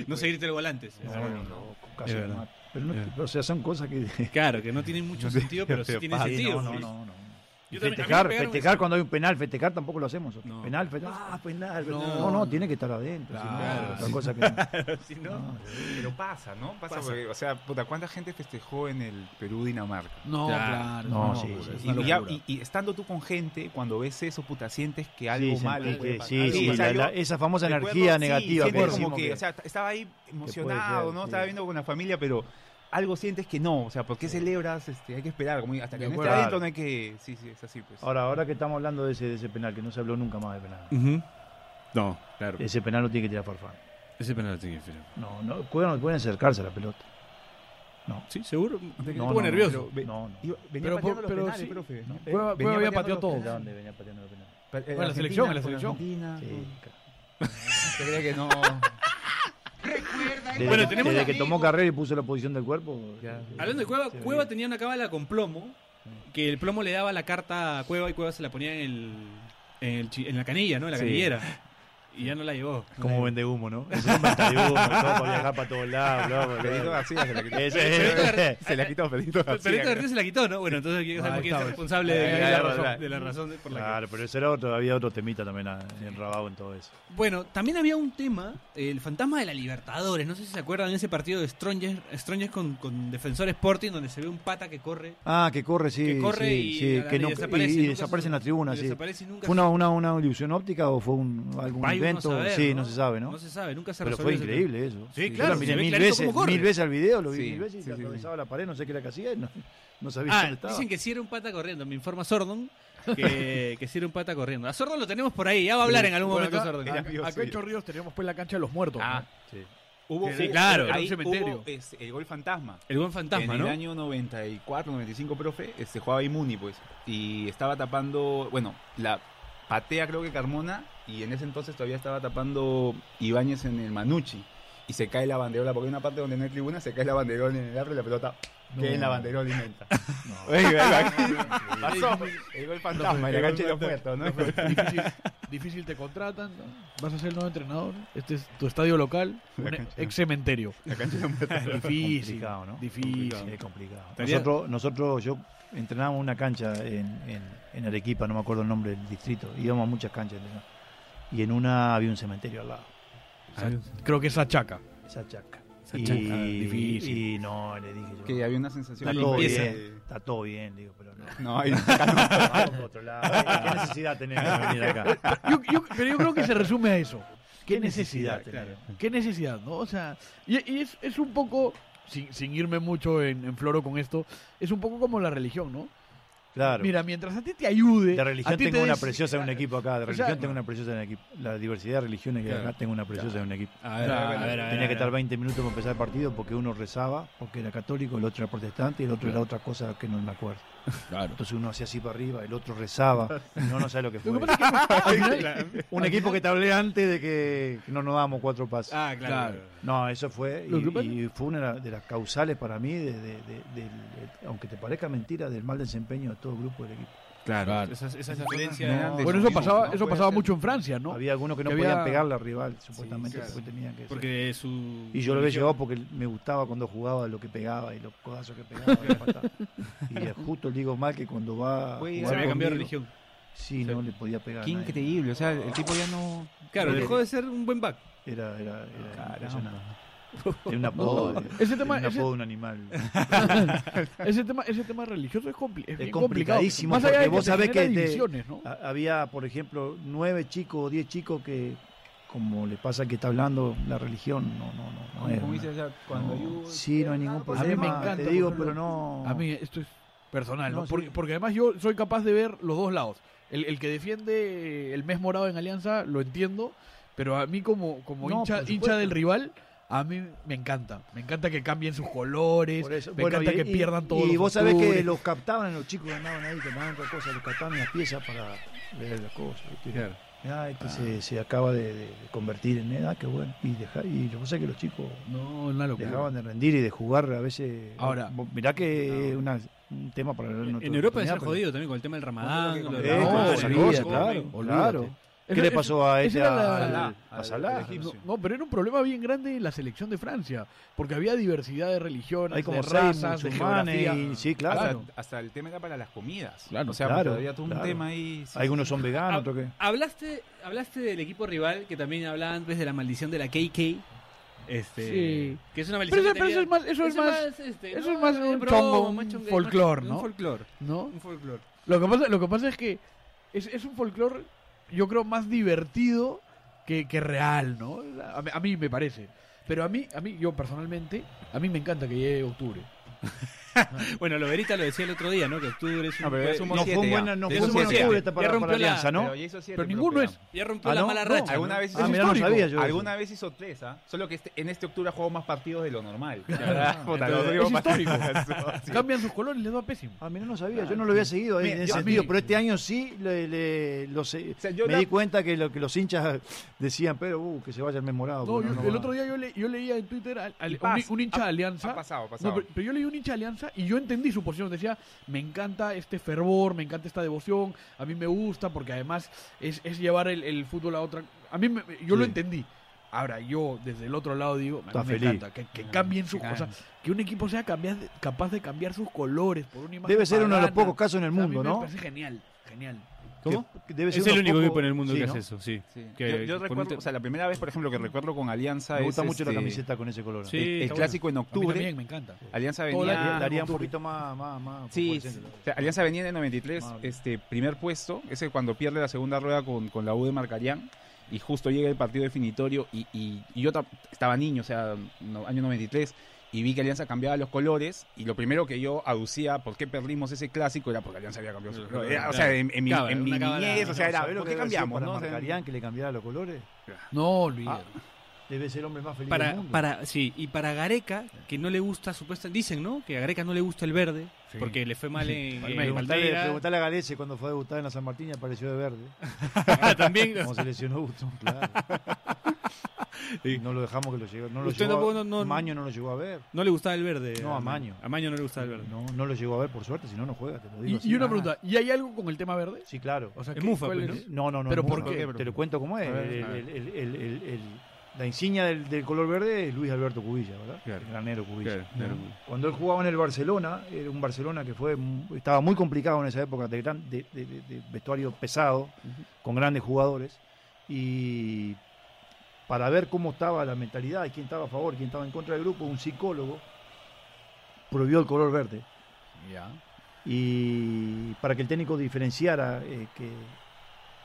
S1: No se grita el gol antes.
S2: No, loco, casi
S1: Es
S2: lo
S1: verdad.
S2: mato. Pero no-
S1: Es verdad.
S2: o sea, son cosas que.
S1: Claro, que no tiene mucho sentido, pero sí tiene
S2: Sí,
S1: sentido.
S2: no, no,
S1: pues.
S2: no, no. Y
S1: Yo también- a
S2: festejar,
S1: mí me pegaron
S2: festejar cuando hay un penal, festejar tampoco lo hacemos.
S1: No.
S2: Penal, festejar. Ah, penal.
S4: No.
S2: No, no, tiene que estar adentro. si no,
S1: Claro,
S2: otra
S1: sí.
S2: cosa que
S1: Si
S2: no.
S1: no-
S2: no.
S3: Pero pasa, ¿no? Pasa,
S1: Pasa.
S3: porque, o sea, puta, ¿cuánta gente festejó en el Perú-Dinamarca?
S4: No,
S1: Ya.
S4: claro.
S2: No,
S4: es
S2: sí,
S4: una
S2: sí,
S4: locura,
S2: sí.
S4: es una
S3: Y, ya-
S4: locura.
S3: y- y estando tú con gente, cuando ves eso, puta, sientes que algo
S2: Sí,
S3: malo
S2: sentí
S3: puede
S2: que-
S3: pasar.
S2: sí,
S3: Algo,
S2: sí,
S3: o sea,
S2: la-
S3: yo
S2: la- esa famosa
S3: recuerdo,
S2: energía
S3: sí,
S2: negativa
S3: sientes
S2: que
S3: como
S2: decimos
S3: que,
S2: que-
S3: o sea, estaba ahí
S2: puede
S3: emocionado,
S2: ser,
S3: ¿no?
S2: sí.
S3: Estaba viendo con la familia, pero algo sientes que no. O sea, ¿por qué celebras? Este, hay que esperar. Como
S4: De
S3: hasta que no esté
S2: acuerdo.
S3: adentro no hay que... Sí, sí, es así, pues.
S2: Ahora, ahora que estamos hablando de ese, de ese penal, que no se habló nunca más de penal.
S3: Mm.
S1: Ujú. No, claro.
S2: Ese penal lo tiene que tirar Farfán.
S1: Ese penal lo tiene que tirar.
S2: No, no pueden, pueden acercarse a la pelota.
S1: Sí, seguro.
S2: No,
S1: un
S2: no,
S1: poco
S2: no,
S1: nervioso.
S2: pero- no, no.
S3: Iba- venía
S4: Pero
S3: pateando
S4: por-
S3: los
S4: pero
S3: penales,
S4: sí.
S3: profe.
S2: No.
S3: Eh,
S4: Cueva-
S3: venía
S4: Cueva había
S3: pateando
S4: pateado
S3: los
S4: todo.
S2: ¿De
S3: penales.
S2: dónde venía pateando la penal?
S3: Pa- eh,
S4: la
S3: Argentina,
S4: selección, en la
S3: con
S4: selección.
S3: Argentina.
S2: Sí, claro.
S3: Yo creía que no.
S2: Desde,
S1: Bueno, tenemos un
S2: desde que tomó carrera y puso la posición del cuerpo.
S3: Ya.
S2: eh,
S1: Hablando de Cueva,
S2: se
S1: Cueva
S2: veía.
S1: tenía una cábala con plomo, que el plomo le daba la carta a Cueva y Cueva se la ponía en, el, en, el chi- en la canilla, ¿no? En la
S2: Sí.
S1: canillera. Y ya no la llevó.
S2: Como vende humo, ¿no? Ese hombre está de humo, todo para viajar para todos lados, bla, bla,
S3: Pedrito
S2: bla.
S3: García se la quitó.
S2: Ese es-
S3: Se la quitó Pedrito
S1: El perrito
S3: García.
S1: García se la quitó, ¿no? Bueno, entonces aquí
S4: Ahí
S1: sabemos quién es
S4: está,
S1: el responsable de,
S3: Ahí está,
S1: de la
S3: ahí
S1: razón,
S3: está.
S1: de la razón de- por la que-
S2: Claro, pero ese era otro, había otro temita también ah, enrabado en todo eso.
S1: Bueno, también había un tema, el fantasma de la Libertadores. No sé si se acuerdan de ese partido de Strongest, Strongest con, con Defensor Sporting, donde se ve un pata que corre.
S2: Ah, que corre, sí.
S1: Que corre
S2: sí,
S1: y-
S2: sí,
S1: y
S2: que no-
S1: desaparece,
S2: y- y
S1: nunca
S2: desaparece
S1: se-
S2: en la tribuna,
S1: y
S2: sí.
S1: desaparece y nunca
S2: ¿Fue
S1: se-
S2: una, una, una ilusión óptica o fue un, algún
S1: Vaya uno a
S2: invento?
S1: saber,
S2: sí, no se sabe, ¿no?
S1: se sabe, nunca se
S2: Pero
S1: resolvió ese
S2: fue increíble eso.
S1: Sí,
S2: Yo
S1: claro,
S2: lo miré
S1: se ve
S2: mil
S1: clarito
S2: veces,
S1: cómo corre.
S2: mil veces al video, lo vi
S3: Sí,
S2: mil veces y
S3: sí, sí, sí.
S2: atravesaba la pared, no sé qué era que hacía, y no, no sabía
S1: tema.
S2: dónde
S1: Ah,
S2: estaba.
S1: dicen que sí era un pata corriendo, me informa Sordon. Que, que sí era un pata corriendo. A Sordon lo tenemos por ahí, ya va a hablar en algún
S4: Bueno,
S1: momento
S4: acá,
S1: Sordon.
S4: acá-
S3: Era mío,
S4: acá en
S3: sí.
S4: Chorrillos teníamos pues la cancha de los muertos.
S3: Ah,
S4: ¿no?
S2: Sí.
S1: Hubo,
S3: Sí,
S1: hubo- claro,
S4: era
S3: Ahí
S4: un cementerio.
S3: hubo, este, el gol fantasma.
S1: el buen fantasma,
S3: en
S1: ¿no?
S3: el año 94, 95, profe, este, jugaba Imuni, pues. Y estaba tapando, bueno, la patea creo que Carmona, y en ese entonces todavía estaba tapando Ibáñez en el Manucci. Y se cae la banderola, porque hay una parte donde no hay tribuna, se cae la banderola en el arco y la pelota queda en la banderola inventa. Pasó. El gol fantasma, en la cancha de los muertos, ¿no?
S4: difícil, difícil te contratan, ¿no? vas a ser el nuevo entrenador, este es tu estadio local, un ex cementerio. Difícil,
S2: Complicado, ¿no?
S4: difícil.
S2: Es complicado.
S1: Estaría-
S2: Nosotros, nosotros, yo entrenábamos en una cancha en, en, en Arequipa, no me acuerdo el nombre del distrito. Íbamos a muchas canchas. ¿no? Y en una había un cementerio al lado,
S4: Creo que es Achaca.
S2: esa chaca.
S1: Esa
S2: Y,
S1: chaca, difícil.
S2: y no, le dije yo.
S3: Que había una sensación
S1: La
S2: está
S3: de
S2: todo
S1: limpieza.
S2: bien, está todo bien, digo, pero no.
S3: No, hay
S2: Vamos para otro lado. ¿Qué necesidad tenemos de venir acá?
S4: Yo- yo- pero yo creo que se resume a eso. ¿Qué necesidad?
S2: tenemos?
S4: ¿Qué necesidad, no? O sea, y, y es, es un poco, sin, sin irme mucho en, en floro con esto, es un poco como la religión, ¿no?
S2: Claro.
S4: Mira, mientras a ti te ayude...
S2: De
S4: a
S2: religión
S4: ti
S2: tengo
S4: te
S2: una
S4: des-
S2: preciosa en un equipo acá. De
S4: o sea,
S2: religión tengo una preciosa en un equipo. La diversidad de religiones que hay acá tengo una preciosa en un equipo.
S1: A ver, a ver, a ver, a ver,
S2: Tenía que
S1: a ver.
S2: estar 20 minutos para empezar el partido porque uno rezaba, porque era católico, el otro era protestante y el otro era otra cosa que no me acuerdo. Entonces uno hacía así para arriba, el otro rezaba. No, no sabe lo que fue.
S4: Lo que pasa es que al final-
S2: Un equipo que te hablé antes de que no nos dábamos cuatro pasos.
S1: Ah, claro.
S4: Claro.
S2: No, eso fue.
S4: Lo que pasa-
S2: Y, y fue una de las causales para mí, de, de- de- del- aunque te parezca mentira, del mal desempeño de todo el grupo del equipo.
S1: Esa, esa es la
S3: No.
S1: violencia.
S4: Bueno, eso
S3: Desnudos,
S4: pasaba,
S3: ¿no?
S4: eso
S3: Puede
S4: pasaba
S3: ser.
S4: mucho en Francia, ¿no?
S2: Había algunos que no
S4: Que
S2: podían
S4: había-
S2: pegarle al rival, supuestamente,
S1: claro.
S2: porque tenían que
S1: Porque su.
S2: Y yo lo había
S1: religión-
S2: llevado porque me gustaba cuando jugaba lo que pegaba y los codazos que pegaba. y, las patadas. y justo el digo mal que cuando va. a
S3: Güey,
S2: jugar
S1: Se había cambiado de
S2: conmigo,
S1: religión.
S2: Sí, no le podía pegar. a
S3: Qué
S2: nadie.
S3: increíble, o sea, el tipo ya no.
S1: Claro,
S2: Porque-
S1: dejó de ser un buen back.
S2: Era, era, era
S3: Caramba.
S2: impresionante. Era un apodo. de-
S4: Ese
S2: era
S4: tema-
S2: un
S4: ese-
S2: apodo de un animal.
S4: Ese tema, ese tema religioso es, compli- es
S2: Es
S4: bien
S2: complicadísimo,
S4: complicado. Más allá de
S2: porque vos
S4: te
S2: sabés
S4: genera
S2: que te-
S4: divisiones, ¿no?
S2: Ha- Había, por ejemplo, nueve chicos o diez chicos que, como le pasa al que está hablando la religión, no, no, no. no es una-
S3: Como dices, o sea, cuando Ah,
S2: no.
S3: yo-
S2: Sí, no hay ningún
S3: pues,
S4: A mí me
S2: problema.
S4: encanta,
S2: te digo,
S4: por ejemplo,
S2: pero no.
S4: A mí esto es personal, ¿no?
S2: No, sí.
S4: porque, porque además yo soy capaz de ver los dos lados. El, el que defiende el mes morado en Alianza, lo entiendo, pero a mí como, como
S2: No,
S4: hincha,
S2: por
S4: hincha
S2: supuesto.
S4: del rival, a mí me encanta. Me encanta que cambien sus colores,
S2: Por eso.
S4: me
S2: Bueno,
S4: encanta que pierdan todos
S2: Y
S4: los
S2: vos sabés que
S4: colores.
S2: los captaban, los chicos que andaban ahí, que andaban otra cosa, los captaban en las piezas para leer las cosas. ¿viste? Ah, este se, se acaba de, de- de convertir en edad, qué bueno. Y, deja, y lo que pasa es que los chicos
S4: No, es una locura.
S2: dejaban de rendir y de jugar a veces.
S4: Ahora-
S2: Vos- mirá que es una- un tema para hablar en otra
S1: en Europa debe ser
S2: oportunidad,
S1: jodido también con el tema del ramadán.
S3: Con
S1: lo
S3: lo
S1: de
S3: que
S2: pero-
S1: los
S2: Eh, con
S4: No,
S1: bares,
S2: esa
S4: olvídate,
S2: cosa,
S1: ¿no?
S2: claro,
S1: Olvídate.
S2: claro.
S4: Esa-
S2: ¿Qué le
S4: esa-
S2: pasó a
S4: esa
S2: ese?
S4: era la-
S2: al-
S3: Salah,
S2: a
S3: al-
S2: Salah?
S3: al egipcio.
S4: No, no, pero era un problema bien grande en la selección de Francia, porque había diversidad de religiones,
S2: Hay como
S4: de
S2: seis
S4: razas, de
S2: musulmanes
S4: geografía.
S2: y sí, claro.
S3: hasta,
S4: Claro.
S3: hasta el tema era para las comidas.
S4: Claro,
S3: o sea,
S2: claro,
S3: todavía todo
S2: claro.
S3: un tema ahí. sí,
S2: Algunos son veganos, otros
S1: Ah,
S2: que.
S1: Hablaste, hablaste del equipo rival que también hablaba antes de la maldición de la KK. Este,
S4: Sí.
S1: Que es una
S4: Pero,
S1: maldición.
S4: eso-
S1: que
S4: pero eso es
S1: tenía-
S4: más, eso es más,
S1: este,
S4: eso es más un chongo, un
S1: chongue,
S4: folclor,
S1: más-
S4: ¿no?
S1: Un folclore.
S4: ¿no?
S1: Un folclore.
S4: Lo que pasa, lo que pasa es que es, es un folclore, yo creo, más divertido que, que real, ¿no? A, mí- a mí me parece. Pero a mí, a mí, yo personalmente, a mí me encanta que llegue octubre.
S1: Bueno, Loberita lo decía el otro día, ¿no? Que octubre es un.
S3: No, pero
S1: es un-
S3: Somos
S2: No fue
S3: siete
S2: un
S3: ya.
S2: buen, no
S1: Ya
S2: fue un
S1: somos
S2: buen
S1: siete.
S2: octubre
S1: Ya
S2: para, para
S1: rompió la-
S2: Alianza, ¿no?
S3: ya hizo siete,
S4: Pero ninguno
S3: creo
S4: es.
S3: que no.
S1: ya rompió
S2: Ah,
S1: la
S2: no,
S1: mala
S2: no.
S1: racha.
S3: Alguna
S1: ¿no?
S3: vez
S2: Ah,
S3: hizo
S2: mira, no
S4: histórico.
S2: sabía yo. eso.
S3: Alguna vez hizo tres, ¿ah? Solo que este- en este octubre ha jugado más partidos de lo normal.
S1: Puta, lo
S4: digo para-
S3: histórico.
S4: Cambian sus colores, les va pésimo.
S2: Ah, mira, no sabía, yo no lo había seguido en
S3: Mira,
S2: ese
S3: yo-
S2: sentido,
S4: mira.
S2: pero este año sí le- le- lo se-
S3: sea, yo
S2: me
S3: la-
S2: di cuenta que, lo, que los hinchas decían, pero uh, que se vaya el memorado.
S4: No,
S2: porque
S4: yo-
S2: no
S4: el
S2: va".
S4: otro día yo, le- yo leía en Twitter al- al-
S3: Y pasa.
S4: un, un hincha de Alianza.
S3: Ha pasado, ha
S4: No,
S3: pasado.
S4: pero, pero yo leí un hincha de Alianza y yo entendí su posición. Decía, me encanta este fervor, me encanta esta devoción, a mí me gusta porque además es, es llevar el, el fútbol a otra... A mí me- me- yo lo
S2: Sí.
S4: entendí. Ahora yo desde el otro lado digo, a mí
S2: Está
S4: me
S2: feliz.
S4: encanta que, que cambien sus
S3: Claro.
S4: cosas, que un equipo sea cambiar- capaz de cambiar sus colores por una imagen
S2: Debe ser uno de los
S4: pagana.
S2: pocos casos en el
S4: O sea, a mí
S2: mundo,
S4: Me
S2: ¿no?
S4: parece genial, genial.
S1: ¿Cómo?
S2: Que- que debe
S1: Es
S2: ser
S1: el
S2: uno
S1: único
S2: poco-
S1: equipo en el mundo
S2: sí,
S1: que
S2: ¿no?
S1: hace eso, sí.
S3: Sí.
S1: Que-
S3: yo, yo
S1: por un
S3: recuerdo,
S1: te-
S3: o sea, la primera vez, por ejemplo, que recuerdo con Alianza
S2: Me gusta
S3: es,
S2: mucho la
S3: este,
S2: camiseta con ese color.
S1: Sí,
S3: El, el
S1: está
S3: clásico en
S4: A mí
S3: octubre.
S4: también me encanta.
S3: Alianza
S4: Todo
S3: venía
S4: la-
S2: Daría un
S4: octubre.
S2: poquito más. más, más
S3: Sí,
S2: fosforescente.
S3: sí. O sea, Alianza venía en el 93,
S2: Amable.
S3: este, primer puesto, ese cuando pierde la segunda rueda con, con la U de Marcarián, y justo llega el partido definitorio, y, y- y yo ta- estaba niño, o sea, no- año 93, y vi que Alianza cambiaba los colores, y lo primero que yo aducía por qué perdimos ese clásico era porque Alianza había cambiado sus
S1: Claro,
S3: colores. Era, O
S1: claro.
S3: sea, en, en mi,
S1: Cábala,
S3: en mi
S1: una cábala.
S3: niñez, o sea, era,
S2: ¿Sabés lo
S3: ¿por
S2: que
S3: qué
S2: debe ser
S3: cambiamos?
S2: Para
S3: no? O sea,
S2: Marcarián, que le cambiara los colores,
S4: No, Luis.
S3: Ah,
S2: debe ser el hombre más feliz del
S1: Para,
S2: mundo.
S1: para, sí, y para Gareca, que no le gusta, supuestamente, dicen, ¿no? Que a Gareca no le gusta el verde,
S4: Sí.
S1: porque le fue mal en, en
S4: Palmeiras.
S2: Preguntale,
S1: Palmeiras.
S2: preguntale a Galese cuando fue a debutar en la San Martín y apareció de verde.
S1: Ah, También,
S2: Como se lesionó Busto, claro.
S1: Sí.
S2: No lo dejamos que lo llegó. No lo
S1: Usted
S2: llegó a-
S1: tampoco no- no-
S2: Maño no lo llegó a ver.
S1: no le gustaba el verde.
S2: No, a Maño.
S1: A Maño no le gustaba el verde.
S2: No, no lo llegó a ver, por suerte, si no, no juega, te lo digo.
S4: Y,
S2: así.
S4: y una
S2: Ah,
S4: pregunta, ¿y hay algo con el tema verde?
S2: Sí, claro. Eh,
S4: O sea,
S1: Es
S4: ¿qué-
S1: mufa,
S4: cuál
S1: pues,
S4: es?
S2: No, no, no.
S4: ¿Pero
S2: no,
S4: por
S2: no,
S4: qué?
S2: Te lo cuento cómo es.
S3: A ver,
S2: El-
S3: a ver.
S2: el- el- el- el- la insignia del, del color verde es Luis Alberto Cubilla, ¿verdad?
S1: Claro.
S2: El granero Cubilla.
S1: Claro, claro.
S2: Cuando él jugaba en el Barcelona, era un Barcelona que fue mu- estaba muy complicado en esa época, de, gran- de- de- de- de vestuario pesado, con grandes jugadores. Y para ver cómo estaba la mentalidad, quién estaba a favor, quién estaba en contra del grupo, un psicólogo prohibió el color verde.
S4: Ya.
S2: Y para que el técnico diferenciara eh, que-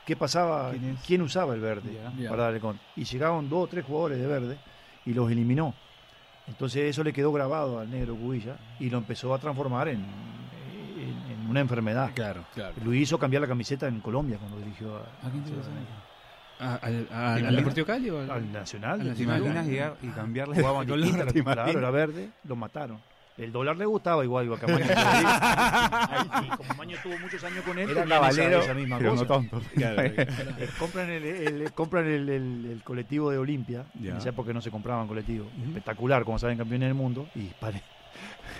S2: qué pasaba,
S3: ¿Quién
S2: ¿Quién,
S3: es?
S2: usaba el verde
S3: Ya.
S4: Ya.
S2: para darle contra. Y llegaron dos o tres jugadores de verde y los eliminó. Entonces eso le quedó grabado al negro Cubilla y lo empezó a transformar en, en- en una enfermedad.
S4: Ah, Claro, claro.
S2: Lo hizo cambiar la camiseta en Colombia cuando dirigió a-
S3: Ah, qué interesante.
S1: ¿A- Ah, ¿Al, al-
S3: ¿Te
S1: al
S3: imaginas?
S1: Deportivo Cali o al-
S2: al Nacional.
S1: Al
S2: de
S3: ¿Te
S1: Nacional.
S2: Colombia.
S3: imaginas llegar y cambiarle
S2: Jugaban
S3: de color?
S2: distinta la-
S3: ¿Te
S2: claro,
S3: imaginas?
S2: era verde, lo mataron. El dólar le gustaba igual, igual que a Maño. Y como Maño tuvo muchos años con él,
S3: Era
S2: tenían esa-
S3: caballero,
S2: esa misma
S3: pero
S2: cosa.
S3: no tonto.
S2: Eh, compran el, el- compran el, el- el colectivo de Olimpia,
S1: Ya.
S2: en esa época no se compraban colectivos. Espectacular, como saben, campeones del mundo. Y pare.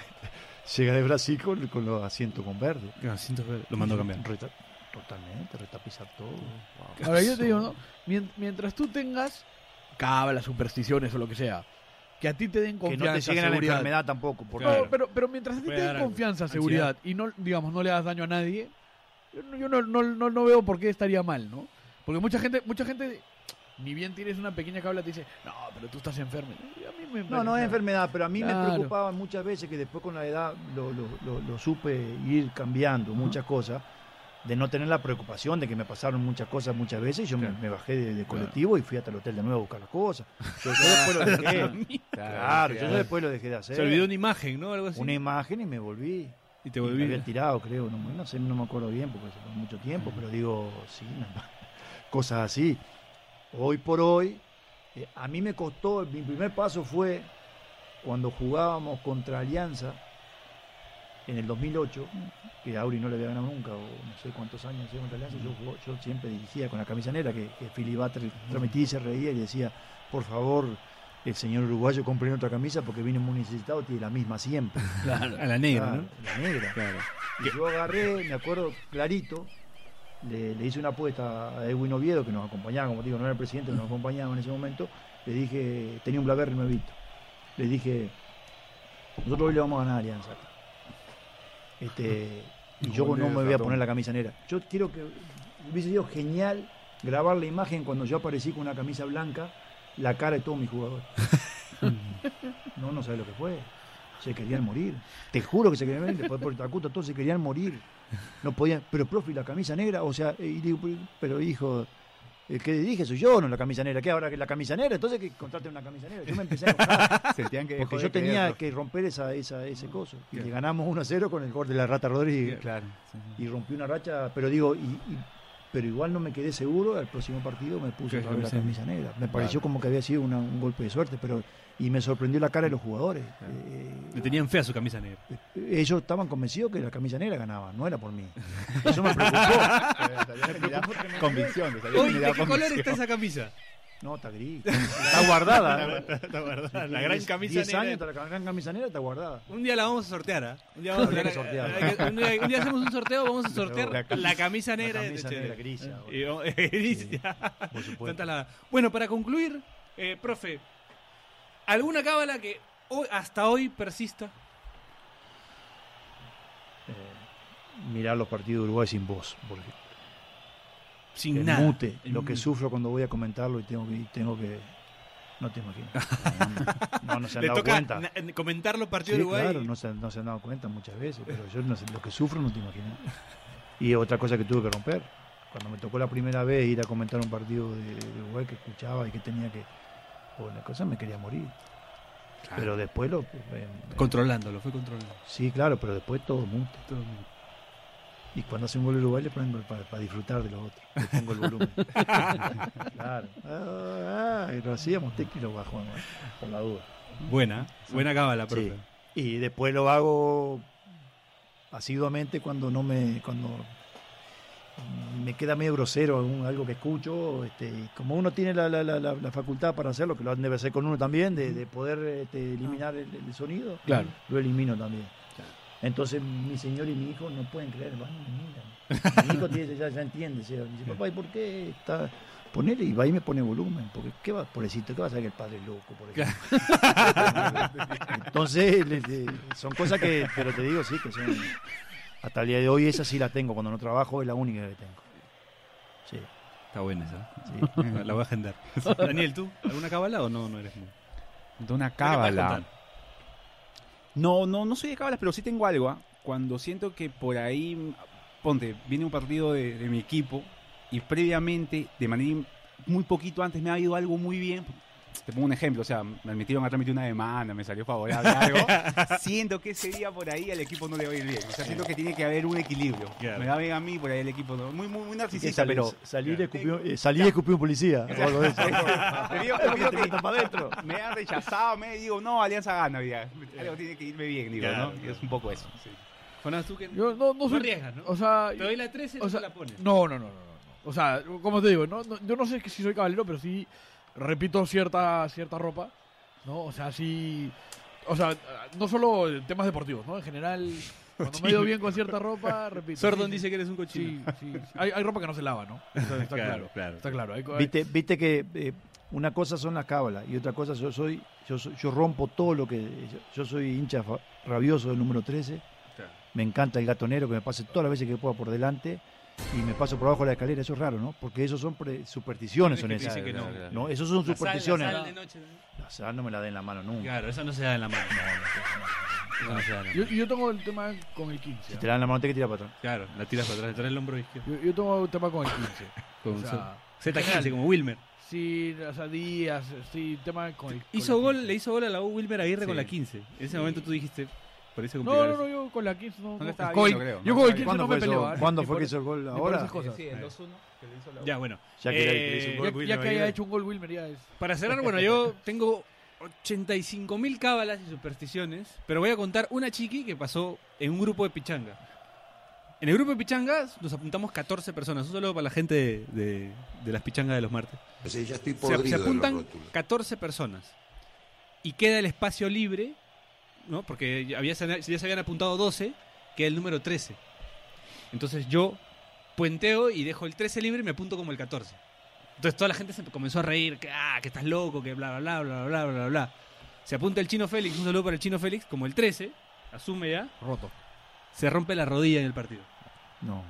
S2: Llega de Brasil con, con los asientos con verde.
S1: Ah, siento que Lo mandó a cambiar.
S2: Reta- totalmente, retapizar todo.
S4: Ahora yo te digo, ¿no? Mien- Mientras tú tengas cábalas, supersticiones o lo que sea, que a ti te den
S2: Que
S4: confianza,
S2: no te lleguen a la
S4: seguridad.
S2: enfermedad tampoco. Porque
S1: Claro.
S4: No, pero, pero mientras a ti
S1: Puede
S4: te
S1: dar
S4: den
S1: algo.
S4: confianza,
S1: Ansiedad.
S4: seguridad y no, digamos, no le das daño a nadie, yo, no- yo no, no, no, no veo por qué estaría mal, ¿no? Porque mucha gente, mucha gente, ni bien tienes una pequeña cabla, te dice, no, pero tú estás enfermo. Y a mí me
S2: No,
S4: parece-
S2: no es enfermedad, pero a mí me
S4: Claro.
S2: preocupaba muchas veces que después con la edad lo, lo- lo- lo supe ir cambiando muchas cosas, de no tener la preocupación de que me pasaron muchas cosas muchas veces y yo me-
S4: Claro.
S2: me, bajé de, de colectivo y fui hasta el hotel de nuevo a buscar las cosas. Yo, yo después lo dejé. Claro, yo después lo dejé de hacer.
S1: Se olvidó una imagen, ¿no? Algo así.
S2: una imagen y me volví.
S1: Y te
S2: Me había
S1: volví.
S2: tirado, creo, no, no sé, no me acuerdo bien porque hace mucho tiempo, pero digo, sí, cosas así. Hoy por hoy, eh, a mí me costó, mi primer paso fue cuando jugábamos contra Alianza en el 2008, que Auri no le había ganado nunca, o no sé cuántos años hacía contra Alianza, yo, jugó- yo siempre dirigía con la camisa negra, que, que Philly Butter transmitía y se reía y decía, por favor, el señor uruguayo compre otra camisa porque viene muy necesitado, tiene la misma siempre.
S1: A la negra,
S2: Claro,
S1: ¿no?
S2: La negra. Y yo agarré, me acuerdo clarito, le, le hice una apuesta a Edwin Oviedo, que nos acompañaba, como te digo, no era el presidente, nos acompañaba en ese momento. Le dije, tenía un Blackberry nuevito. Le dije, nosotros hoy le vamos a ganar a Alianza. Este, y yo no me voy a poner la camisa negra. Yo quiero que hubiese sido genial grabar la imagen cuando yo aparecí con una camisa blanca, la cara de todos mis jugadores. no, no sabes lo que fue. Se querían morir. Te juro que se querían morir. Después por Tacuto, todos se querían morir. No podían. Pero, profe, ¿y la camisa negra? O sea, y digo, pero- pero hijo, eh, el que dirige soy yo, no la camisa negra. ¿Qué ahora que la camisa negra? Entonces que contrate una camisa negra. Yo me empecé a enojar.
S3: Sentían que
S2: Porque
S3: dejó
S2: yo
S3: de
S2: tenía
S3: creerlo.
S2: que romper esa, esa, ese coso. Y le ganamos 1 a 0 con el gol de la Rata Rodríguez
S3: Claro. sí, sí.
S2: y rompí una racha, pero digo, y- y- pero igual no me quedé seguro, al próximo partido me puse otra vez la camisa negra. Me pareció como que había sido una- un golpe de suerte, pero y me sorprendió la cara de los jugadores.
S1: Le
S2: Eh,
S1: tenían fe a su camisa negra.
S2: ellos estaban convencidos que la camisa negra ganaba, no era por mí. Eso me preocupó.
S3: Me preocupó Convicción. les había
S1: Oye, ¿de
S3: generado
S1: qué color
S3: convicción.
S1: está esa camisa?
S2: No, está gris. Está guardada.
S1: La verdad, la gran camisa
S2: 10
S1: negra.
S2: años, la gran camisa negra está guardada.
S1: Un día la vamos a sortear, ¿ah? Un día, vamos a
S2: Habría que
S1: sortear-
S2: sortearla.
S1: un día- un día hacemos un sorteo, vamos a sortear la,
S2: La camisa-
S1: camisa
S2: La
S1: negra
S2: camisa
S1: de Techere.
S2: negra gris. ahora,
S1: Y vamos- eh, gris,
S2: Sí,
S1: ya.
S2: por
S1: Tanta
S2: supuesto.
S1: la- Bueno, para concluir, eh, profe, ¿alguna cábala que hoy- hasta hoy persista?
S2: Eh, mirar los partidos de Uruguay sin voz, por ejemplo.
S1: Sin
S2: el
S1: nada. Mm.
S2: mute,
S1: El
S2: lo que
S1: mute.
S2: sufro cuando voy a comentarlo y tengo que, y tengo que no te imaginas. No, no se han
S1: Le
S2: dado
S1: toca
S2: cuenta.
S1: na- en- comentar los
S2: Sí,
S1: partidos de Uruguay.
S2: claro, no se, han- no se han dado cuenta muchas veces, pero yo no sé, lo que sufro no te imaginas. Y otra cosa que tuve que romper, cuando me tocó la primera vez ir a comentar un partido de, de Uruguay que escuchaba y que tenía que, bueno, la cosa me quería morir. Pero después lo, eh,
S1: Controlándolo, fue controlando.
S2: sí, claro, pero después todo mute. Y cuando hace un gol Uruguay le pongo para, para disfrutar de los otros. Le pongo el volumen. claro. Ah, ah, y lo hacíamos tequi y lo bajo, ¿no? por la duda.
S1: Buena, buena cábala, profe.
S2: Sí. Y después lo hago asiduamente cuando no me. cuando me queda medio grosero algún- algo que escucho. Este, y como uno tiene la, la- la- la- la facultad para hacerlo, que lo debe hacer con uno también, de, de poder este, eliminar el, el sonido,
S4: Claro.
S2: lo elimino también. Entonces mi señor y mi hijo no pueden creer, van y me miran. Mi hijo tiene- ya, ya entiende, o sea, dice, papá, ¿y por qué está? Ponele y va y me pone volumen, porque qué va, pobrecito, qué va a saber que el padre es loco, por ejemplo. Entonces, le- le- son cosas que, pero te digo, sí, que son. Hasta el día de hoy esa sí la tengo, cuando no trabajo es la única que tengo. Sí,
S1: Está buena esa.
S2: sí.
S1: La voy a agendar. Daniel, ¿tú? ¿Alguna cábala o no, no eres muy?
S3: De una
S1: ¿Qué me vas a
S3: cábala.
S1: contar?
S3: No, no, no soy de cábalas, pero sí tengo algo. ¿ah? Cuando siento que por ahí, ponte, viene un partido de, de mi equipo y previamente, de manera in- muy poquito antes, me ha ido algo muy bien. Te pongo un ejemplo, o sea, me admitieron a trámite una demanda, me salió favorable algo. siento que ese día por ahí al equipo no le va a ir bien. O sea, siento que tiene que haber un equilibrio.
S1: Claro.
S3: Me va bien a mí, por ahí el equipo no. Muy, muy, muy
S2: Que
S3: narcisista,
S2: sal-
S3: pero.
S2: salir y escupió, eh, salir y escupió un policía. o algo de eso.
S3: Te digo- te digo que Me han rechazado, me digo, no, Alianza gana, ya. Algo tiene que irme bien, digo,
S1: Claro,
S3: ¿no?
S1: claro.
S3: Es un poco eso. sí.
S1: Jonás, tú que no,
S4: Yo no, no soy-
S1: arriesgas, ¿no?
S4: O sea,
S1: Te doy la 13 y
S4: o
S1: tú
S4: sea,
S1: la pones.
S4: No, no, no, no, no, no. O sea, como te digo, no, no- yo no sé que si soy caballero, pero sí repito cierta, cierta ropa, ¿no? O sea, sí... O sea, no solo en temas deportivos, ¿no? En general, cuando me he ido bien con cierta ropa, repito.
S1: Sordon
S4: Sí,
S1: dice
S4: sí.
S1: que eres un cochino.
S4: Sí, sí, sí. Hay, hay ropa que no se lava, ¿no? Eso está
S1: Claro,
S4: claro,
S1: claro.
S4: Está claro. Hay co-
S2: Viste, viste que eh, una cosa son las cábalas y otra cosa yo soy, yo soy- yo rompo todo lo que yo, yo soy hincha fa- rabioso del número 13. Me encanta el gatonero que me pase todas las veces que pueda por delante y me paso por abajo de la escalera. Eso es raro, ¿no? Porque eso son pre- supersticiones,
S1: Es
S2: son
S1: que
S2: esas.
S1: dice que no.
S2: No, esos son
S5: La sal,
S2: supersticiones.
S5: la sal de noche.
S2: La sal no me la den en la mano nunca.
S1: Claro, eso no se da en la mano. Eso no se da en la
S4: Yo,
S1: mano.
S4: yo tengo el tema con el 15.
S2: Si
S4: ¿ah?
S2: te la dan en la mano, te hay que tirar para atrás.
S1: Claro, la tiras para atrás, detrás del hombro izquierdo.
S4: Yo, yo tengo el tema con el 15.
S1: Con
S4: O sea,
S1: Z- Z15, como Wilmer.
S4: sí, o sea, Díaz, sí, tema con el
S1: Hizo
S4: con la
S1: gol, le
S4: 15.
S1: hizo gol a la U Wilmer Aguirre
S3: Sí.
S1: con la 15. En ese momento tú dijiste, parece
S4: No,
S1: complicado.
S4: no, no, yo con la 15 no, no,
S3: le estaba
S4: con el-
S3: viendo, creo,
S4: Yo
S3: no
S4: con el
S3: estaba
S4: 15
S2: ¿Cuándo
S4: no me
S2: fue, eso?
S4: peleo. ¿ah?
S2: ¿Cuándo
S4: Ni
S2: fue
S4: por-
S2: que hizo el gol?
S4: ni por
S2: Ahora.
S4: esas cosas.
S3: Sí, el 2-1 que le hizo la U.
S1: Ya, bueno.
S2: Ya que, le-
S1: Eh,
S2: que le hizo un gol
S4: Ya,
S2: Wilmer
S4: ya que haya
S2: Aguirre.
S4: hecho un gol Wilmer ya es.
S1: Para cerrar, bueno, yo tengo 85 mil cábalas y supersticiones, pero voy a contar una chiqui que pasó en un grupo de pichanga. En el grupo de pichangas nos apuntamos 14 personas, un saludo para la gente de, de- de las pichangas de los martes.
S6: O sea, Pues ya estoy
S1: Se- Se,
S6: podrido de los
S1: apuntan
S6: rótulos.
S1: 14 personas y queda el espacio libre, ¿no? Porque ya, había- ya se habían apuntado 12, queda el número 13. Entonces yo puenteo y dejo el 13 libre y me apunto como el 14. Entonces toda la gente se comenzó a reír, que, ah, que estás loco, que bla, bla, bla, bla, bla, bla, bla, bla. Se apunta el chino Félix, un saludo para el chino Félix, como el 13, asume ya,
S4: Roto.
S1: se rompe la rodilla en el partido.
S2: No.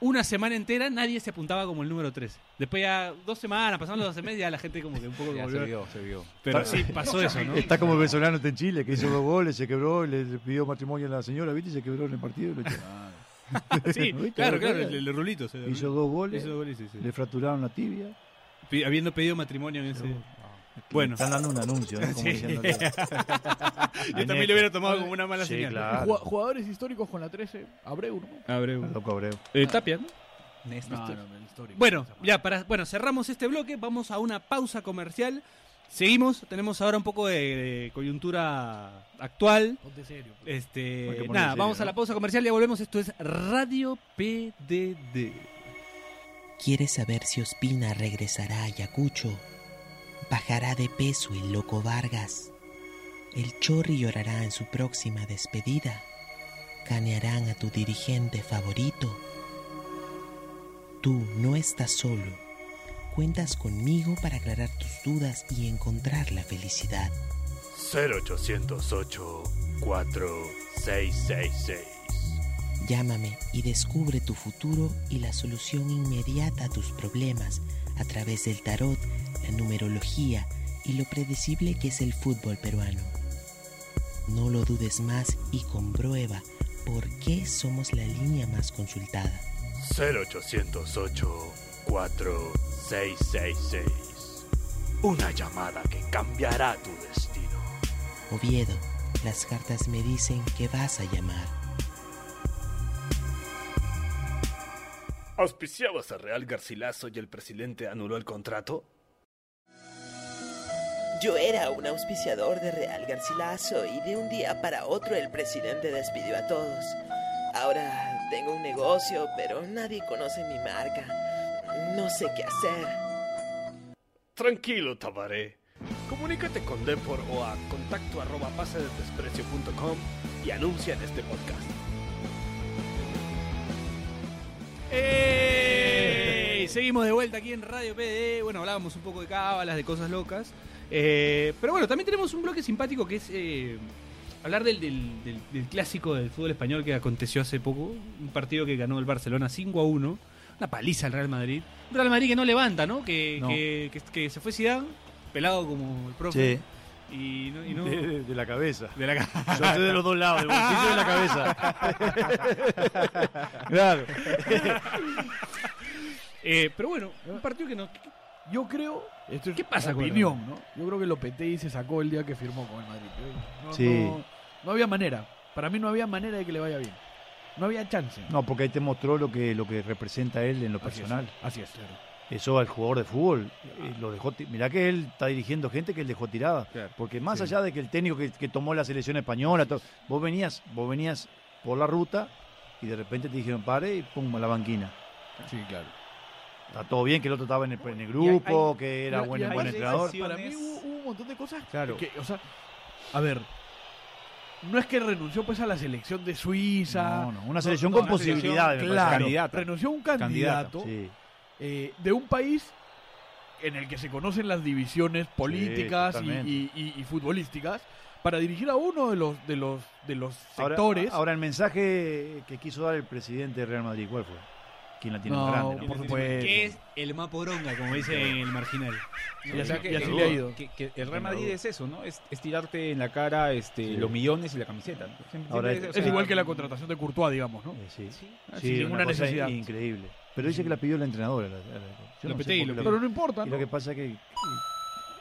S1: Una semana entera nadie se apuntaba como el número 13. Después ya dos semanas, pasaron las 12 meses, ya la gente como que un poco
S3: Ya, se
S1: volvió.
S3: vio, se vio.
S1: Pero sí, pasó eso, ¿no?
S2: Está como el venezolano está en Chile, que hizo dos goles, se quebró, le, le pidió matrimonio a la señora, ¿viste? Y se quebró en el partido. y lo echó.
S1: Sí,
S2: ¿Viste?
S1: claro,
S2: ¿Lo
S1: claro,
S2: recuerdas?
S1: el, el rulito. se-
S2: Hizo dos goles,
S1: hizo dos goles, sí, sí.
S2: le fracturaron la tibia.
S1: Pi- Habiendo pedido matrimonio en ese... Bueno,
S2: Están dando un anuncio, ¿no? Como
S1: Sí.
S2: diciéndole,
S1: yo también lo hubiera tomado como una mala
S2: Sí,
S1: señal.
S2: claro.
S4: Ju- Jugadores históricos con la 13, Abreu, ¿no?
S1: Abreu.
S2: Loco Abreu.
S1: Eh, Tapia, ¿no?
S4: el histórico.
S1: Bueno, ya para, bueno, cerramos este bloque, vamos a una pausa comercial. Seguimos, tenemos ahora un poco de, de coyuntura actual.
S4: Ponte serio. pues.
S2: Hay que
S1: Este,
S2: ponerse
S1: nada,
S2: serio,
S1: vamos a
S2: ¿no?
S1: la pausa comercial y ya volvemos. Esto es Radio PDD.
S7: ¿Quieres saber si Ospina regresará a Ayacucho? ¿Bajará de peso el loco Vargas? ¿El Chorri llorará en su próxima despedida? ¿Canearán a tu dirigente favorito? Tú no estás solo. Cuentas conmigo para aclarar tus dudas y encontrar la felicidad.
S8: 0808 4666.
S7: Llámame y descubre tu futuro y la solución inmediata a tus problemas a través del tarot, la numerología y lo predecible que es el fútbol peruano. No lo dudes más y comprueba por qué somos la línea más consultada.
S8: 0808 4666. Una llamada que cambiará tu destino.
S7: Oviedo, las cartas me dicen que vas a llamar.
S8: ¿Auspiciabas a Real Garcilaso y el presidente anuló el contrato?
S9: Yo era un auspiciador de Real Garcilaso y de un día para otro el presidente despidió a todos. Ahora tengo un negocio, pero nadie conoce mi marca. No sé qué hacer.
S8: Tranquilo, Tabaré. Comunícate con Depor o a contacto arroba pasedesprecio.com y anuncia en este podcast.
S1: ¡Ey! Seguimos de vuelta aquí en Radio PD. Bueno, hablábamos un poco de cábalas, de cosas locas. Eh, pero bueno, también tenemos un bloque simpático que es eh, hablar del, del- del- del clásico del fútbol español que aconteció hace poco. Un partido que ganó el Barcelona 5 a 1. Una paliza al Real Madrid. Un Real Madrid que no levanta, ¿no? Que,
S2: No.
S1: que- que- que se fue Zidane, pelado como el profe. Y no... y no-
S2: De, de- de la cabeza.
S1: de la ca-
S2: Yo estoy de los dos lados, del bolsillo y de la cabeza. claro.
S1: Eh, pero bueno, un partido que no...
S4: Yo creo. Esto es
S1: ¿Qué pasa con
S4: opinión, ¿no? Yo creo que Lopetegui se sacó el día que firmó con el Madrid. Yo- No,
S2: Sí.
S4: no, no había manera. Para mí no había manera de que le vaya bien. No había chance.
S2: No, porque ahí te mostró lo que, lo que representa él en lo
S4: Así es,
S2: personal.
S4: Así es, claro.
S2: Eso al jugador de fútbol eh, lo dejó. ti- Mirá que él está dirigiendo gente que él dejó tirada. Porque más allá de que el técnico que, que tomó la selección española, todo, vos venías, vos venías por la ruta y de repente te dijeron pare y pum a la banquina.
S4: Sí, claro.
S2: Está todo bien que el otro estaba en el, en
S4: Y
S2: el
S4: hay-
S2: grupo, que era
S4: Mira, y
S2: buen, buen
S4: además,
S2: entrenador.
S4: Para mí hubo, hubo un montón de cosas.
S2: Claro.
S4: que, o sea, a ver, no es que renunció pues a la selección de Suiza.
S2: No, no, una selección
S4: no,
S2: con
S4: una selección,
S2: posibilidades. me
S4: claro,
S2: parece.
S3: Candidata.
S4: renunció a un candidato,
S2: Sí.
S4: eh, de un país en el que se conocen las divisiones políticas y,
S2: totalmente.
S4: y- y- y futbolísticas para dirigir a uno de los de los de los
S2: Ahora-
S4: sectores.
S2: Ahora, el mensaje que quiso dar el presidente de Real Madrid, ¿cuál fue?
S5: ¿Quién la tiene más
S4: No,
S5: grande? no?
S4: por supuesto.
S1: Que es el maporonga, como dice el marginal.
S4: Y así,
S5: que-
S4: y así le ha ido.
S5: que- que el Real
S4: Sin la
S5: Madrid
S4: duda.
S5: es eso, ¿no? Es, es tirarte en la cara este, los millones y la camiseta. ¿no? Siempre-
S2: Ahora,
S5: siempre
S2: o mm,
S4: Es
S5: sea,
S4: igual que la contratación de Courtois, digamos, ¿no?
S2: Eh, sí.
S4: sin
S2: Sí,
S4: ninguna
S2: una cosa
S4: necesidad.
S2: increíble. Pero dice que la pidió la entrenadora. la- la- la- yo no sé
S1: Lopetegui,
S2: por qué la-
S4: Pero no importa.
S2: Y
S4: ¿no?
S2: lo que pasa es que eh,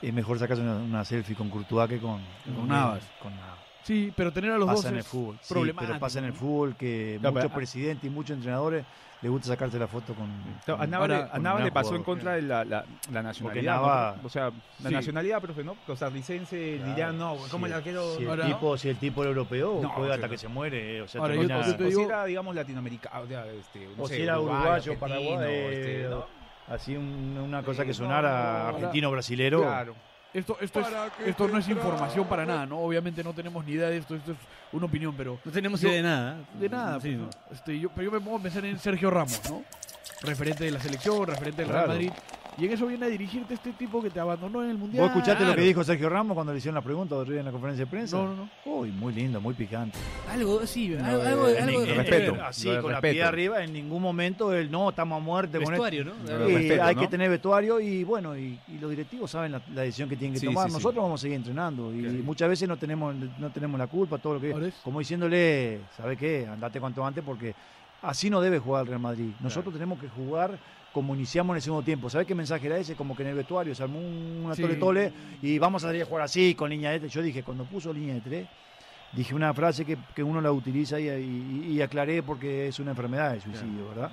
S2: es mejor sacarse una, una selfie con Courtois que con,
S4: Con Navas.
S2: Con Navas.
S4: Sí, pero tener a los dos
S2: pasa en el
S4: es
S2: fútbol. Sí,
S4: problemático,
S2: pero pasa en el
S4: ¿no?
S2: fútbol que
S5: Claro,
S2: muchos
S5: pero-
S2: presidentes y muchos entrenadores les gusta sacarse la foto con.
S5: A
S2: con-
S5: Nava, le,
S4: Ahora,
S5: a Nava
S2: con
S5: le
S2: gran
S5: pasó en
S2: jugador.
S5: contra de la, la, la nacionalidad.
S2: Nava-
S5: ¿no? O sea, la
S4: Sí.
S5: nacionalidad, profe, ¿no? Costarricense
S2: Claro,
S5: dirán, no,
S2: si
S5: ¿cómo
S2: el-
S5: el arquero?
S2: Si el,
S4: Ahora-
S2: tipo, si el tipo era europeo,
S5: No,
S2: juega hasta
S5: claro.
S2: que se muere. eh, O sea,
S4: Ahora, yo-
S2: termina-
S4: yo te
S5: o si
S4: digo-
S5: era, digamos, latinoamericano, o sea, este, no
S2: O
S5: sé,
S2: si era
S5: Uruguay,
S2: uruguayo,
S5: argentino,
S2: paraguayo,
S5: este,
S2: eh,
S5: ¿no?
S2: así un- una cosa
S5: Eh,
S2: que
S5: no,
S2: sonara
S5: no, no.
S2: argentino-brasilero.
S5: Claro.
S4: Esto, esto, es- esto no es información para nada, ¿no? Obviamente no tenemos ni idea de esto, esto es una opinión, pero
S1: No tenemos
S4: Yo-
S1: idea de nada.
S4: de
S2: Mm,
S4: nada.
S1: Sí,
S4: pues, ¿no? Este, yo, pero yo me pongo a pensar en Sergio Ramos, ¿no? Referente de la selección, referente del Real
S2: Claro.
S4: Madrid. Y en eso viene a dirigirte este tipo que te abandonó en el Mundial.
S2: ¿Vos escuchaste lo que
S1: Claro.
S2: dijo Sergio Ramos cuando le hicieron la pregunta otro día en la conferencia de prensa?
S4: No, no, no.
S2: Uy, muy lindo, muy picante.
S1: Algo, sí, algo,
S2: eh, En-
S1: algo,
S2: en-
S1: algo-
S5: respeto.
S2: Así,
S5: Lo de
S2: con la
S5: respeto.
S2: piedra arriba, en ningún momento él, no, estamos a muerte con esto.
S1: Vestuario, ¿no?
S5: Lo
S2: Y
S5: de respeto,
S2: Eh, hay
S5: ¿no?
S2: que tener vestuario y bueno, y, y los directivos saben la, la decisión que tienen que
S5: Sí,
S2: tomar.
S5: sí, sí.
S2: Nosotros vamos a seguir entrenando y
S5: Claro.
S2: muchas veces no tenemos, no tenemos la culpa, todo lo que
S4: Ahora es-
S2: Como diciéndole, ¿sabe qué? Andate cuanto antes porque así no debe jugar el Real Madrid. Nosotros tenemos que jugar como iniciamos en el segundo tiempo. ¿Sabe qué mensaje era ese? Como que en el vestuario se armó un- una
S4: Sí.
S2: tole-tole y vamos a salir a jugar así, con línea de tres. Yo dije, cuando puso línea de tres, dije una frase que, que uno la utiliza y, y- y aclaré porque es una enfermedad de suicidio, ¿verdad?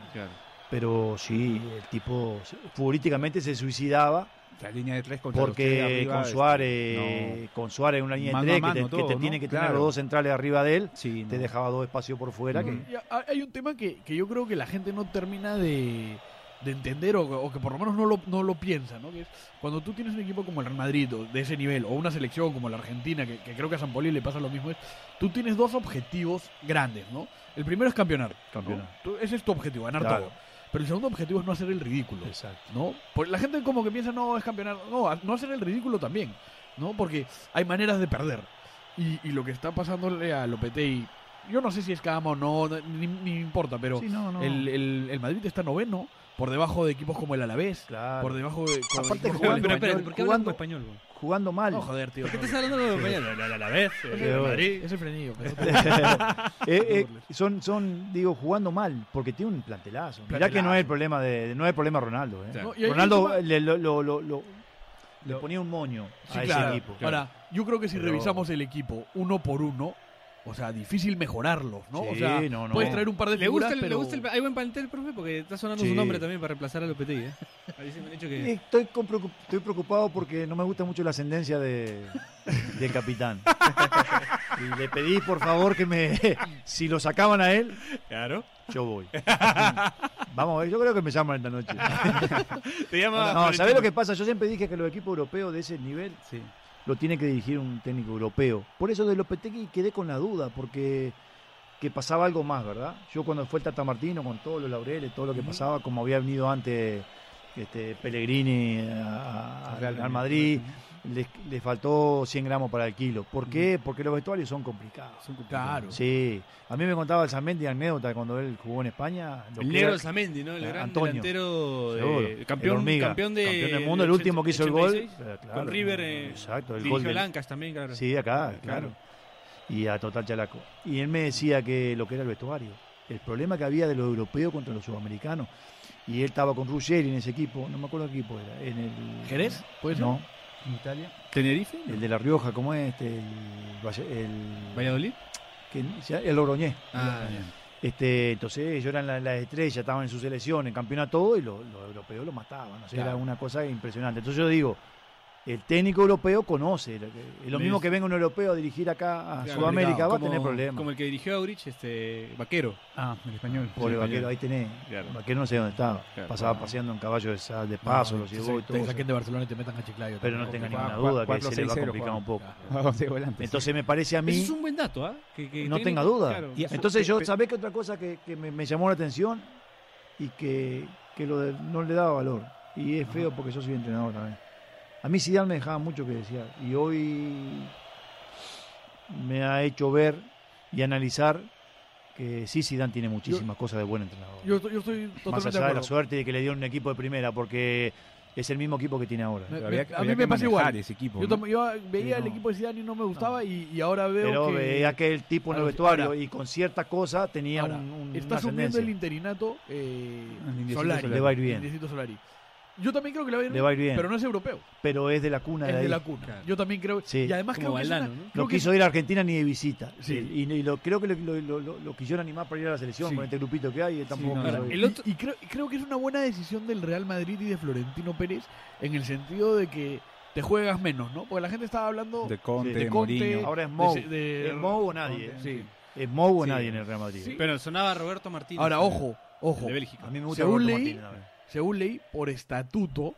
S2: Pero sí, el tipo se- futbolísticamente se suicidaba
S5: La línea de tres contra los tres
S2: porque
S5: arriba,
S2: con
S5: este,
S2: Suárez,
S5: no.
S2: con Suárez en una línea
S5: Mano a
S2: de tres, que
S5: mano
S2: te, que
S5: todo,
S2: te
S5: ¿no?
S2: tiene que tener
S5: Claro.
S2: los dos centrales arriba de él,
S5: Sí, no.
S2: te dejaba dos espacios por fuera. que-
S5: Mm.
S4: Y a- Hay un tema que, que yo creo que la gente no termina de, de entender o, o que por lo menos no lo, no lo piensa, ¿no? Que es cuando tú tienes un equipo como el Real Madrid o de ese nivel o una selección como la Argentina, que, que creo que a San Poli le pasa lo mismo, es tú tienes dos objetivos grandes, ¿no? El primero es campeonar. ¿no?
S2: Campeonar.
S4: Tú- ese es tu objetivo, ganar
S2: Claro.
S4: todo. Pero el segundo objetivo es no hacer el ridículo.
S2: Exacto.
S4: ¿no? Por- la gente como que piensa, no, es campeonar. No, a- no hacer el ridículo también, ¿no? Porque hay maneras de perder. Y, y lo que está pasándole a Lopetegui, yo no sé si es cama o no, no- ni, ni me importa, pero
S2: Sí, no, no.
S4: El, el- el Madrid está noveno, por debajo de equipos como el Alavés,
S2: Claro.
S4: por debajo de... con
S2: Aparte
S4: equipos
S1: Pero,
S2: jugando-
S1: pero,
S4: como el
S1: espérate,
S4: Español.
S1: ¿por qué hablas
S2: jugando-
S1: como español? vos?
S2: Jugando mal.
S4: No, joder, tío.
S1: ¿Por qué
S4: no.
S1: estás hablando como español? A la, la vez, eh,
S2: Pero bueno.
S1: Madrid.
S4: Ese frenillo. pero-
S2: Eh, eh,
S4: No, no.
S2: son, son, digo, jugando mal, porque tiene un plantelazo. Mirá
S4: Plantelazo.
S2: que no es el problema de, no es el problema Ronaldo. ¿eh?
S4: No, y ahí
S2: Ronaldo
S4: encima-
S2: le, lo- lo- lo- lo- le
S4: Lo-
S2: ponía un moño
S4: Sí,
S2: a
S4: claro.
S2: ese equipo.
S4: Ahora, yo creo que si
S2: Pero-
S4: revisamos el equipo uno por uno, o sea, difícil mejorarlos, ¿no? o
S2: Sí,
S4: sea,
S2: no, no.
S4: puedes traer un par de
S1: Le gusta,
S4: figuras,
S1: el, le
S4: pero-
S1: gusta el- Hay buen plantel, profe, porque está sonando
S2: Sí.
S1: su nombre también para reemplazar a Lopetegui, ¿eh? Ahí se me han dicho que...
S2: Estoy, con preocup- estoy preocupado porque no me gusta mucho la ascendencia de, del capitán. Y le pedí, por favor, que me. Si lo sacaban a él,
S1: Claro.
S2: yo voy. Vamos a ver, yo creo que me llaman esta noche.
S1: Te llama...
S2: No, ¿sabés lo que pasa? Yo siempre dije que los equipos europeos de ese nivel
S5: Sí.
S2: lo tiene que dirigir un técnico europeo. Por eso de Lopetegui quedé con la duda, porque que pasaba algo más, ¿verdad? Yo cuando fue el Tata Martino, con todos los laureles, todo lo que pasaba, como había venido antes este, Pellegrini a- a- al Real Madrid, le, le faltó 100 gramos para el kilo. ¿Por qué? Porque los vestuarios son complicados.
S4: Claro.
S2: Sí, a mí me contaba el Zamendi anécdota cuando él jugó en España. lo
S1: El
S2: que
S1: negro
S2: era-
S1: Zamendi, ¿no? El
S2: Ah,
S1: gran
S2: Antonio.
S1: delantero, de-
S2: Seguro.
S1: campeón,
S2: El hormiga.
S1: campeón, de,
S2: Campeón del mundo, el último que hizo el gol.
S1: 86,
S2: Eh, claro.
S1: con River, eh,
S2: Exacto, el
S1: dirigió
S2: gol del-
S1: Lancas también, claro.
S2: Sí, acá,
S1: Claro.
S2: claro. Y a Total Chalaco. Y él me decía que lo que era el vestuario, el problema que había de los europeos contra los sudamericanos. Y él estaba con Ruggeri en ese equipo, no me acuerdo qué equipo era. En el,
S4: ¿Jerez? ¿Puede ser?
S2: No,
S5: Italia. Tenerife.
S2: el de La Rioja, ¿cómo es? Este, el, Valle- el-
S1: ¿Valladolid?
S2: que- ya- el Oroñez.
S1: Ah,
S2: Este, entonces ellos eran la- las estrellas, estaban en su selección, en campeonato todo, y lo- los europeos lo mataban. O sea,
S5: Claro.
S2: Era una cosa impresionante. Entonces yo digo, el técnico europeo conoce. lo que- Es lo mismo que venga un europeo a dirigir acá a
S1: Claro,
S2: Sudamérica, va a
S1: como-
S2: tener problemas.
S1: Como el que dirigió a Aurich, este, Vaquero.
S5: Ah, el español.
S2: Pobre vaquero, ahí tenés.
S5: Claro.
S2: Vaquero no sé dónde estaba.
S5: Claro.
S2: Pasaba paseando en caballo de, sal, de paso,
S4: No,
S2: lo
S4: te
S2: llevó y
S4: sa-
S2: todo.
S4: Te saquen de Barcelona y te metan a Chiclayo.
S2: Pero no
S4: tampoco.
S2: tenga
S5: Juan,
S2: ninguna
S5: Juan,
S2: duda que
S5: cuatro,
S2: se le
S5: seis,
S2: va a
S5: cero,
S2: complicar
S5: Juan.
S2: un poco.
S5: volantes.
S2: Entonces me parece a
S1: Ese
S2: mí,
S1: es un buen dato, ¿ah? Que- que
S2: no
S1: técnico-
S2: tenga duda.
S1: claro.
S5: Y-
S2: Entonces yo, ¿sabés que otra cosa que, que me, me llamó la atención y que, que lo de- no le daba valor? Y es feo porque yo soy entrenador también. A mí Zidane me dejaba mucho que decir y hoy me ha hecho ver y analizar que sí, Zidane tiene muchísimas cosas de buen entrenador.
S4: Yo, estoy- yo estoy totalmente
S2: Más
S4: de
S2: allá de
S4: acuerdo.
S2: la suerte de que le dieron un equipo de primera, porque es el mismo equipo que tiene ahora.
S4: Me-
S5: Había-
S4: me- a
S5: había
S4: mí
S5: que
S4: me pasa
S5: manejar
S4: igual.
S5: ese equipo,
S4: yo,
S5: ¿no?
S4: tam- yo veía
S2: Sí,
S4: el
S2: no.
S4: equipo de Zidane y no me gustaba y, y ahora veo
S2: Pero
S4: que...
S2: veía que el tipo en el
S4: Ahora-
S2: vestuario y con cierta cosa tenía
S4: Ahora,
S2: un, un-
S4: está
S2: una
S4: asumiendo
S2: tendencia.
S4: el interinato eh,
S5: Indiecito
S4: Solari.
S5: Solari.
S2: Le va a ir bien.
S4: Indiecito Solari. Yo también creo que le va a ir
S2: Le va a ir bien.
S4: pero no es europeo,
S2: Pero es de la cuna de
S4: es
S2: ahí.
S4: de la cuna. Yo también creo.
S2: Sí.
S4: Y además
S1: Como
S4: creo que, es una-
S1: Valdano, ¿no?
S4: creo
S2: No
S4: que-
S2: quiso ir a Argentina ni de visita.
S4: Sí.
S2: Y, y- y lo, creo que lo, lo- lo- lo- lo quisieron animar para ir a la selección
S5: Sí.
S2: con este grupito que hay. y Tampoco
S5: no,
S2: quiso
S5: no.
S2: ir.
S1: El otro,
S4: Y, y creo, y creo que es una buena decisión del Real Madrid y de Florentino Pérez en el sentido de que te juegas menos, ¿no? Porque la gente estaba hablando
S5: De Conte,
S4: de Conte,
S5: Mourinho.
S2: Ahora es
S4: de
S2: Mou.
S4: se- de- Ah,
S2: es Mou o nadie.
S4: Sí.
S2: Es Mou o
S5: Sí.
S2: nadie en el Real Madrid. eh.
S4: Sí.
S1: pero sonaba Roberto Martínez.
S4: Ahora,
S1: el-
S4: ojo,
S1: el
S4: ojo.
S1: De Bélgica.
S2: A mí me gusta
S4: Según
S2: Roberto
S4: leí-
S2: Martínez, a ver.
S4: Según ley, por estatuto,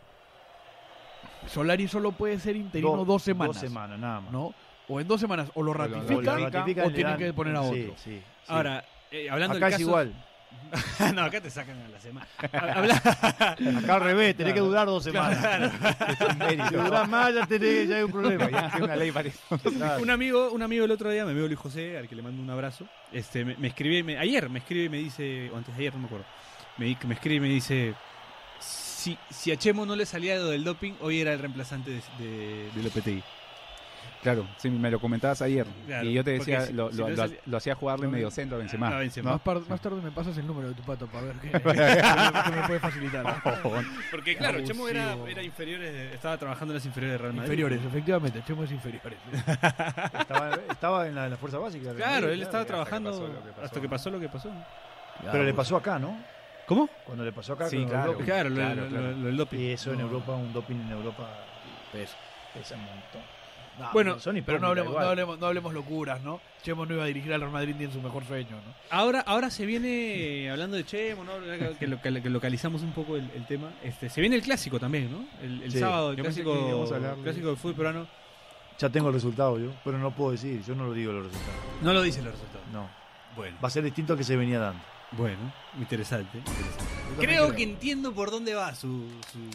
S4: Solari solo puede ser interino
S2: Do-
S4: dos semanas.
S2: Dos semanas, nada más.
S4: ¿No? O en dos semanas, o lo
S5: lo- lo
S4: ratifica,
S2: O la ratifican,
S4: o
S2: le
S4: tienen
S2: dan-
S4: que poner a
S2: sí,
S4: otro.
S2: sí, sí.
S1: Ahora, eh, hablando
S2: acá
S1: del
S2: es
S1: caso,
S2: igual.
S1: no, acá te sacan a la semana. Habla-
S2: Acá al revés, tenés que durar dos semanas.
S1: Claro.
S2: Si durás más, ya, tenés, ya hay un problema. Ya hay una ley para eso. Claro.
S1: Un amigo, un amigo el otro día, mi amigo Luis José, al que le mando un abrazo, este, me, me escribe, y me- ayer me escribe y me dice, o antes de ayer, no me acuerdo, me, di- me escribe y me dice, si, si a Chemo no le salía lo del doping, hoy era el reemplazante de, de, de LPTI.
S5: Claro, sí, me lo comentabas ayer.
S1: Claro,
S5: y yo te
S1: porque
S5: decía,
S1: si-
S5: lo,
S1: si
S5: lo-
S1: no
S5: lo-
S1: salía-
S5: lo hacía jugar de
S1: no-
S5: medio centro a Benzema.
S1: Ah, Benzema.
S4: Más, par- más tarde me pasas el número de tu pato para ver qué, qué me- qué me puede facilitar.
S1: Porque claro, Chemo era,
S4: Abusivo.
S1: era inferiores, de- estaba trabajando en las inferiores de Real Madrid.
S4: Inferiores, efectivamente, Chemo es inferiores.
S2: Estaba, estaba en la, en la fuerza básica.
S1: Claro,
S2: Sí,
S1: él
S5: hasta
S1: estaba
S5: que
S1: trabajando
S5: pasó lo que pasó.
S1: hasta que pasó lo que pasó.
S2: Pero le pasó acá, ¿no?
S1: ¿Cómo?
S2: Cuando le pasó acá.
S5: Sí,
S2: con los
S5: claro.
S2: doping.
S1: Claro, lo-
S5: Claro,
S1: lo-
S5: claro.
S1: lo- lo del doping.
S2: Y eso en
S1: No.
S2: Europa, un doping en Europa pesa un montón. No,
S1: Bueno,
S2: son
S4: Pero no hablemos, no,
S2: igual.
S4: hablemos, no hablemos locuras, ¿no? Chemo no iba a dirigir al Real Madrid ni en su mejor sueño, ¿no?
S1: Ahora, ahora se viene, eh, hablando de Chemo, ¿no? que, que local- que localizamos un poco el, el tema, este, se viene el clásico también, ¿no? El, el
S2: Sí.
S1: sábado, el
S5: Yo pensé
S1: clásico,
S5: que íbamos a hablar de-
S1: clásico del fútbol peruano.
S2: Ya tengo el resultado yo, pero no puedo decir, yo no lo digo los resultados.
S1: No lo dicen los resultados.
S2: No,
S1: Bueno,
S2: va a ser distinto al que se venía dando.
S1: bueno, interesante. interesante. Creo, que entiendo por dónde va su... su-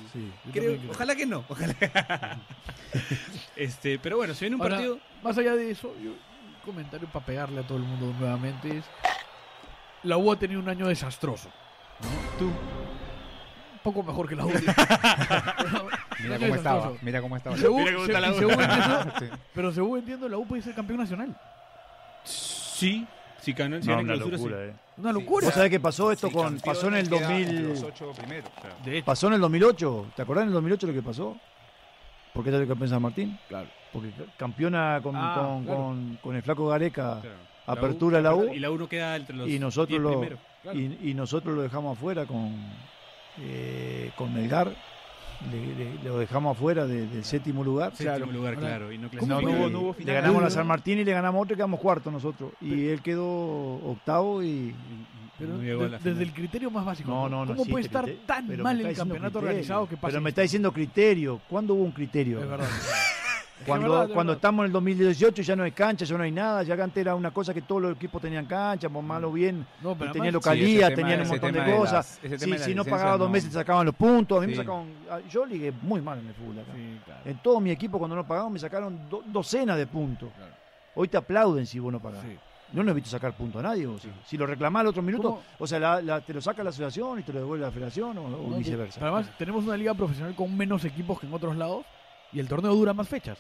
S4: Yo
S1: creo-
S4: también creo.
S1: Ojalá que no. Ojalá. este, pero bueno, se viene un
S4: Ahora,
S1: partido...
S4: Más allá de eso, yo- un comentario para pegarle a todo el mundo nuevamente es... La U ha tenido un año desastroso. ¿no? Tú... Un poco mejor que la U.
S5: Mira
S4: Mira
S5: cómo estaba, mira cómo estaba.
S4: Según,
S1: Mira cómo está
S4: se-
S1: la U.
S4: según entiendo-
S5: Sí.
S4: pero según entiendo, la U puede ser campeón nacional.
S1: Sí, sí, ganó
S2: No, una
S1: clausura, sí.
S2: locura, eh.
S4: Una locura.
S2: ¿Vos sabés qué pasó esto
S5: Sí,
S2: con
S5: campeón
S2: pasó en el
S5: queda
S2: 2000
S5: entre los ocho primeros, o sea.
S4: De hecho,
S2: pasó en el 2008? ¿Te acordás en el 2008 lo que pasó? ¿Por qué salió campeón San Martín? Claro. Porque campeona con,
S1: Ah,
S2: con,
S1: claro.
S2: con- con el flaco Gareca
S1: Claro.
S2: eh. Apertura la U.
S1: Y la U no queda entre los
S2: y nosotros
S1: 10
S2: lo
S1: primeros. Claro.
S2: y, y nosotros lo dejamos afuera con eh, con Melgar, le- le- lo dejamos afuera de- del séptimo lugar.
S1: Séptimo lugar,
S4: Ahora,
S1: claro. Y no
S4: ¿cómo
S5: No,
S1: clasificó.
S5: no
S2: fue
S5: hubo,
S2: que
S5: no hubo
S2: Le
S5: final.
S2: ganamos
S4: Pero-
S2: a San Martín y le ganamos a otro y quedamos cuarto nosotros. Y él quedó octavo y.
S4: pero
S1: No llegó a
S4: de-
S1: la
S4: desde
S1: final.
S4: el criterio más básico.
S2: No, no, no.
S4: ¿Cómo
S2: sí,
S4: puede
S2: criterio,
S4: estar tan
S2: pero me
S4: mal
S2: está
S4: el
S2: diciendo
S4: campeonato
S2: criterio,
S4: organizado que pasa?
S2: Pero
S4: esto?
S2: me está diciendo criterio. ¿Cuándo hubo un criterio?
S4: Es verdad.
S2: Cuando,
S4: Es verdad, es
S2: cuando
S4: verdad.
S2: estamos en el 2018 ya no hay cancha, ya no hay nada. Ya antes era una cosa que todos los equipos tenían cancha, por
S5: Mm.
S2: malo o bien.
S4: No, pero
S2: y tenían
S4: además-
S5: Sí,
S2: localía,
S5: ese
S2: tenían
S5: tema-
S2: un
S5: ese
S2: montón
S5: tema
S2: de
S5: de
S2: cosas.
S5: las- ese tema de
S2: Sí, si
S5: las
S2: no
S5: licencias,
S2: pagaba dos
S5: no.
S2: meses te sacaban los puntos. A mí me
S5: Sí.
S2: sacaban. ah, Yo ligué muy mal en el fútbol acá.
S4: Sí, claro.
S2: En todo mi equipo, cuando no pagaban, me sacaron do- docenas de puntos. Hoy te aplauden si vos no pagás.
S4: Sí.
S2: Yo no he visto sacar punto a nadie. vos. Si lo reclamás al otro minuto,
S4: ¿Cómo?
S2: o sea, la- la- te lo saca la asociación y te lo devuelve la federación o, o
S4: No,
S2: viceversa.
S4: pero Además, tenemos una liga profesional con menos equipos que en otros lados y el torneo dura más fechas.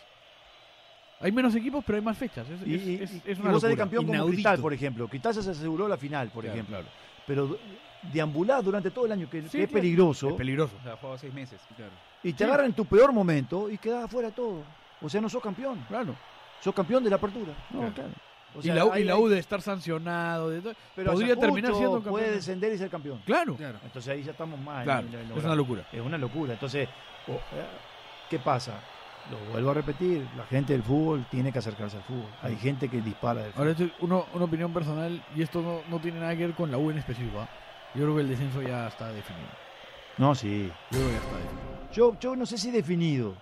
S4: Hay menos equipos, pero hay más fechas. Es,
S2: y,
S4: es-
S2: y-
S4: es-
S2: y-
S4: es
S2: y
S4: una
S2: vos
S4: locura.
S2: sales campeón como
S1: Inaudito.
S2: Cristal, por ejemplo. Cristal ya se aseguró la final, por
S5: Claro,
S2: ejemplo.
S5: claro.
S2: Pero du- deambulás durante todo el año, que, que es
S4: claro.
S2: peligroso,
S4: Es peligroso.
S5: O sea, jugaba seis meses.
S2: y te agarran en tu peor momento y quedás afuera de todo. O sea, no sos campeón.
S4: Claro.
S2: Sos campeón de la apertura.
S4: No,
S5: Claro.
S4: claro.
S2: O sea,
S4: y, la, U- y
S2: hay-
S4: la U de estar sancionado. de todo-
S2: pero
S4: podría
S2: Ayacucho
S4: terminar siendo campeón.
S2: Puede descender y ser campeón.
S4: Claro.
S2: Entonces ahí ya estamos mal.
S4: Claro. Es una locura.
S2: Es una locura. Entonces, o- eh, ¿qué pasa? Lo vuelvo a repetir, la gente del fútbol tiene que acercarse al fútbol. Hay gente que dispara del
S4: Ahora, esto
S2: fútbol.
S4: es uno- una opinión personal y esto no, no tiene nada que ver con la U en específico. ¿ah? Yo creo que el descenso ya está definido.
S2: No, sí.
S4: Yo creo que ya está definido.
S2: Yo, yo no sé si definido,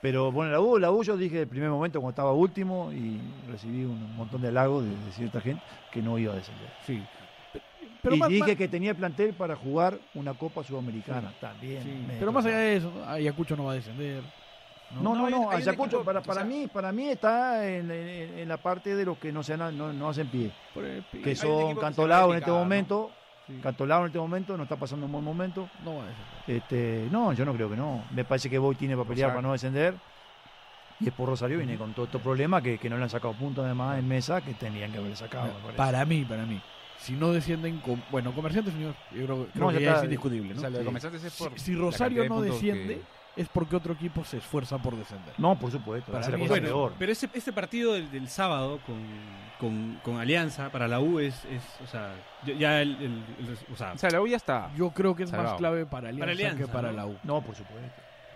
S2: pero bueno, la U, la U yo dije el primer momento cuando estaba último y recibí un montón de halagos de, de cierta gente que no iba a descender.
S4: Pero,
S2: y
S4: más,
S2: dije
S4: más-
S2: que tenía plantel para jugar una Copa Sudamericana también.
S4: sí,
S2: me
S4: pero más allá
S2: desplazaron.
S4: de eso, ¿no? Ayacucho no va a descender.
S2: No, no, no,
S5: hay- hay un
S2: Ayacucho
S5: equipo-
S2: para,
S5: o
S2: para
S5: sea,
S2: mí para mí está en, en- en la parte de los que no, se han- no, no hacen pie,
S5: por el- hay
S2: que
S5: un
S2: son
S5: equipo que se
S2: Cantolao
S5: va
S2: en
S5: a
S2: este
S5: dedicar, ¿no?
S2: momento,
S4: Sí.
S2: Cantolao en este momento no está pasando un buen momento.
S4: No va a eso.
S2: Este, no, yo no creo que no. Me parece que Boy tiene para pelear
S5: Rosario.
S2: para no descender. Y después Rosario viene con todos estos problemas que, que no le han sacado puntos además en mesa que tendrían que haber sacado. me parece.
S4: Para mí, para mí. Si no descienden con. Bueno, comerciantes, señor. Yo creo, creo
S2: No,
S4: que
S2: ya
S4: ya
S2: está.
S4: es indiscutible. ¿no?
S5: O sea, lo de
S4: Sí.
S5: Comerciantes es por
S4: Si, si
S5: la
S4: Rosario
S5: cantidad
S4: no
S5: de puntos
S4: desciende,
S5: que-
S4: es porque otro equipo se esfuerza por descender.
S2: No, por supuesto.
S4: Para
S2: hace la
S4: mí
S2: cosa
S4: es-
S1: Bueno,
S2: peor.
S1: pero ese, este partido del, del sábado con, con- con Alianza para la U es, es, o sea, ya- ya el, el- el- o sea,
S5: O sea, la U ya está.
S4: Yo creo que es
S5: Salgado.
S4: más clave para Alianza,
S1: Para Alianza,
S4: que para
S1: ¿no?
S4: la U.
S2: No, por supuesto.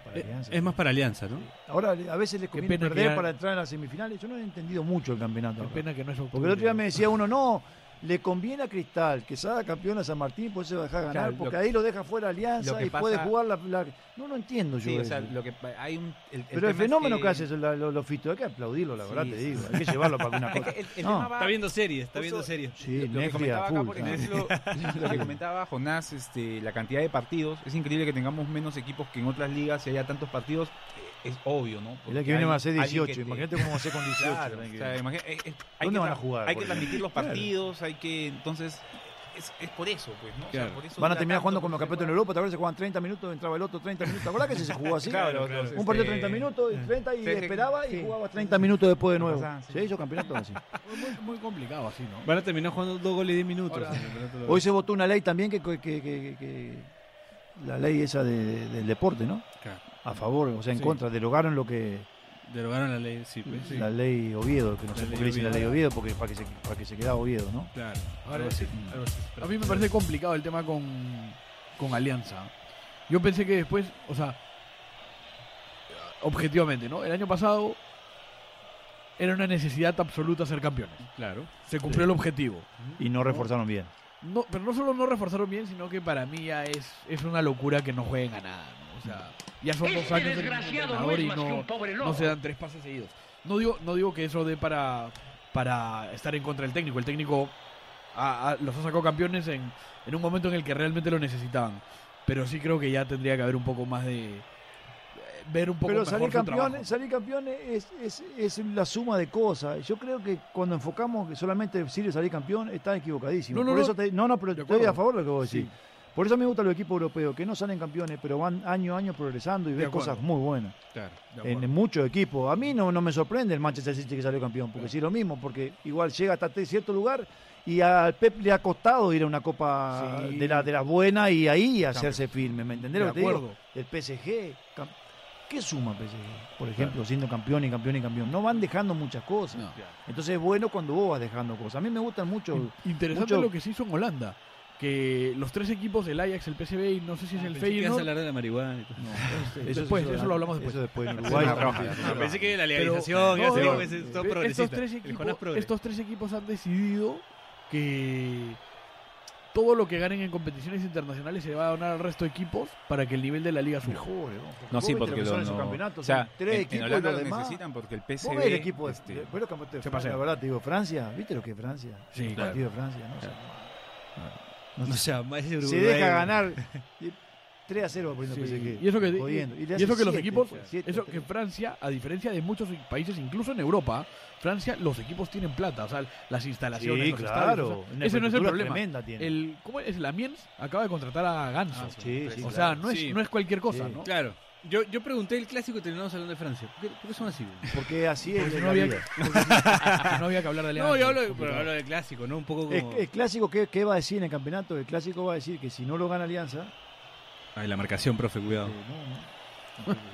S2: Para
S4: Eh,
S1: eh, es,
S2: Alianza.
S1: es más para Alianza, ¿no?
S2: Ahora a veces les conviene
S4: pena que
S2: perder
S4: ya-
S2: para entrar en las semifinales. Yo no he entendido mucho el campeonato.
S4: Qué
S2: acá.
S4: pena que no es
S2: Porque el otro día me decía uno, no, le conviene a Cristal que salga campeón a San Martín, por eso va a dejar ganar,
S5: Claro, lo-
S2: porque ahí lo deja fuera Alianza
S5: lo que
S2: y puede
S5: pasa-
S2: jugar la, la- No, no entiendo yo.
S5: Sí, o
S2: eso.
S5: sea, lo que pa- hay un. el- el
S2: Pero
S5: tema
S2: el
S5: es
S2: fenómeno que, hace la- lo- los fitos, hay que aplaudirlo, la
S5: Sí,
S2: verdad te
S5: sí,
S2: digo.
S5: sí.
S2: Hay que llevarlo para alguna
S5: Es
S2: cosa.
S5: que el, el
S2: No.
S5: tema va-
S1: Está viendo series, está
S5: Justo-
S1: viendo series.
S2: Sí,
S5: lo que
S2: Netflix
S5: comentaba
S2: a
S5: acá,
S2: full,
S5: por
S2: ¿no?
S5: ejemplo, lo que comentaba Jonás, este, la cantidad de partidos, es increíble que tengamos menos equipos que en otras ligas y haya tantos partidos, eh, es obvio, ¿no?
S2: El año
S5: Porque
S2: que viene
S5: hay
S2: va a ser
S5: alguien
S2: 18,
S5: que te-
S2: imagínate cómo va a ser con 18.
S5: Claro,
S2: ¿no?
S5: o sea, imagina- eh, eh, hay
S2: ¿Dónde
S5: que
S2: van a
S5: tra-
S2: jugar,
S5: Hay que
S2: por
S5: transmitir los
S2: ejemplo?
S5: partidos, hay que, entonces, es, es por eso, pues, ¿no? O sea,
S1: Claro.
S5: por eso
S2: Van a
S5: dura
S2: terminar
S5: tanto,
S2: jugando con los
S5: porque se
S2: campeones en
S5: juega-
S2: Europa, tal vez se juegan 30 minutos, entraba el otro 30 minutos. ¿Te acordás que se jugó así?
S5: Claro, los- los,
S2: Un partido de
S5: este,
S2: 30 minutos, y 30 y
S5: Sí, sí,
S2: esperaba y
S5: sí.
S2: jugaba 30 minutos después de
S5: Lo
S2: nuevo.
S5: pasaban, sí.
S2: Se hizo campeonato así.
S4: muy, muy complicado así, ¿no?
S1: Van a terminar jugando dos goles diez minutos.
S4: Ahora-
S2: Hoy se votó una ley también que, que- que- que- que- la ley esa de- del deporte, ¿no?
S1: Claro.
S2: A favor, o sea, en
S1: Sí.
S2: contra. Derogaron lo que
S1: Derogaron la ley, sí, pues, sí.
S2: la ley Oviedo, que no
S1: La
S2: sé por
S1: ley
S2: qué le dicen la ley
S1: Oviedo.
S2: Oviedo, porque para que se, para que se quedaba Oviedo, ¿no?
S1: Claro.
S4: Ahora
S1: Algo así,
S2: sí.
S1: algo así.
S4: A mí me parece complicado el tema con, con Alianza. Yo pensé que después, o sea, objetivamente, ¿no? El año pasado era una necesidad absoluta ser campeones.
S1: Claro.
S4: Se cumplió el objetivo.
S2: Y no reforzaron bien.
S4: No, pero no solo no reforzaron bien, sino que para mí ya es, es una locura que no jueguen a nada, ¿no? O sea, ya son dos años del mismo entrenador y no, no se dan tres pases seguidos. No digo, no digo que eso dé para, para estar en contra del técnico. El técnico ha- ha- los ha sacado campeones en, en un momento en el que realmente lo necesitaban. Pero sí creo que ya tendría que haber un poco más de... eh, Ver un poco
S2: Pero
S4: mejor
S2: salir
S4: su
S2: campeones,
S4: trabajo.
S2: salir campeones es, es, es la suma de cosas. Yo creo que cuando enfocamos que solamente sirve salir campeón, está equivocadísimo.
S4: No, no,
S2: Por
S4: no.
S2: eso te- no, no, pero
S4: De
S2: estoy
S4: acuerdo.
S2: a favor de lo que vos decís.
S4: Sí.
S2: Por eso me gustan los equipos europeos, que no salen campeones, pero van año a año progresando y ves
S4: acuerdo.
S2: cosas muy buenas.
S1: Claro.
S4: De acuerdo.
S2: En muchos equipos. A mí no, no me sorprende el Manchester City que salió campeón, porque sí lo mismo, porque igual llega hasta te- cierto lugar y a Pep le ha costado ir a una copa
S4: Sí.
S2: de la de las buenas y ahí hacerse firme, ¿me entendés?
S4: De
S2: lo que te digo?
S4: acuerdo.
S2: El PSG, cam- ¿qué suma PSG? Por ejemplo, siendo campeón y campeón y campeón. No van dejando muchas cosas.
S4: No.
S2: Entonces es bueno cuando vos vas dejando cosas. A mí me gustan mucho.
S4: Interesante
S2: mucho-
S4: lo que se hizo en Holanda. Que los tres equipos, el Ajax, el PSV y no sé si
S1: Ah,
S4: es el Feyenoord,
S1: hablar de la marihuana y todo.
S4: Después, eso lo hablamos después.
S2: Eso después en Uruguay.
S5: una roja,
S2: también.
S5: una
S1: Ah, Pensé que la
S4: Pero-
S1: legalización y
S4: no,
S1: así,
S4: no,
S1: pues, es todo
S4: Pero
S1: progresista.
S4: eh, Estos tres,
S1: El
S4: equipos,
S1: Jonás progre.
S4: estos tres equipos han decidido que todo lo que ganen en competiciones internacionales se va a donar al resto de equipos para que el nivel de la liga suba.
S2: Mejores, vos,
S5: No,
S2: vos
S5: sí,
S2: viste
S5: porque
S2: lo que
S5: lo,
S2: son esos
S5: no-
S2: campeonatos.
S5: o sea,
S2: son tres
S5: en- en,
S2: equipos y
S5: Holanda
S2: los
S5: lo
S2: demás.
S5: necesitan porque el PSV
S2: Vos ves el equipo de,
S5: este,
S2: de- pero el campeonato de
S4: Se
S2: Francia,
S4: pasea.
S2: la verdad te digo, Francia, ¿viste lo que es Francia?
S4: Sí,
S2: el
S4: claro.
S2: partido de Francia, no sé.
S1: No sea, más de
S2: Se
S1: Uruguay.
S2: deja ganar eh, 3 a 0 por ejemplo,
S4: Sí.
S2: PSG,
S4: Y eso que-
S2: jodiendo. le
S4: y
S2: hace
S4: eso que los
S2: siete,
S4: equipos-
S2: pues, siete,
S4: Eso
S2: tres.
S4: que Francia, a diferencia de muchos países, incluso en Europa, Francia, los equipos tienen plata, o sea, las instalaciones,
S2: Sí,
S4: los estadios,
S2: claro.
S4: o sea,
S2: una
S4: ese no es el
S2: infraestructura
S4: problema.
S2: Tremenda tiene.
S4: El, ¿Cómo es? La Miens acaba de contratar a Ganso.
S2: Ah, sí, sí,
S4: o
S2: claro.
S4: sea, no es,
S1: Sí.
S4: no es cualquier cosa,
S2: Sí.
S4: ¿no?
S1: Claro. Yo, yo pregunté el clásico y terminamos hablando de Francia. ¿Por qué, por qué son así?
S2: porque así es.
S4: Porque
S2: la
S4: no, había,
S2: vida.
S4: porque no había que hablar de Alianza.
S1: No, yo hablo,
S4: es
S1: de- pero
S4: complicado.
S1: hablo de clásico, ¿no? Un poco
S2: Es-
S1: como...
S2: El, clásico, ¿qué, qué va a decir en el campeonato? El clásico va a decir que si no lo gana Alianza.
S1: Ay, la marcación, profe, cuidado.
S2: eh, no, no.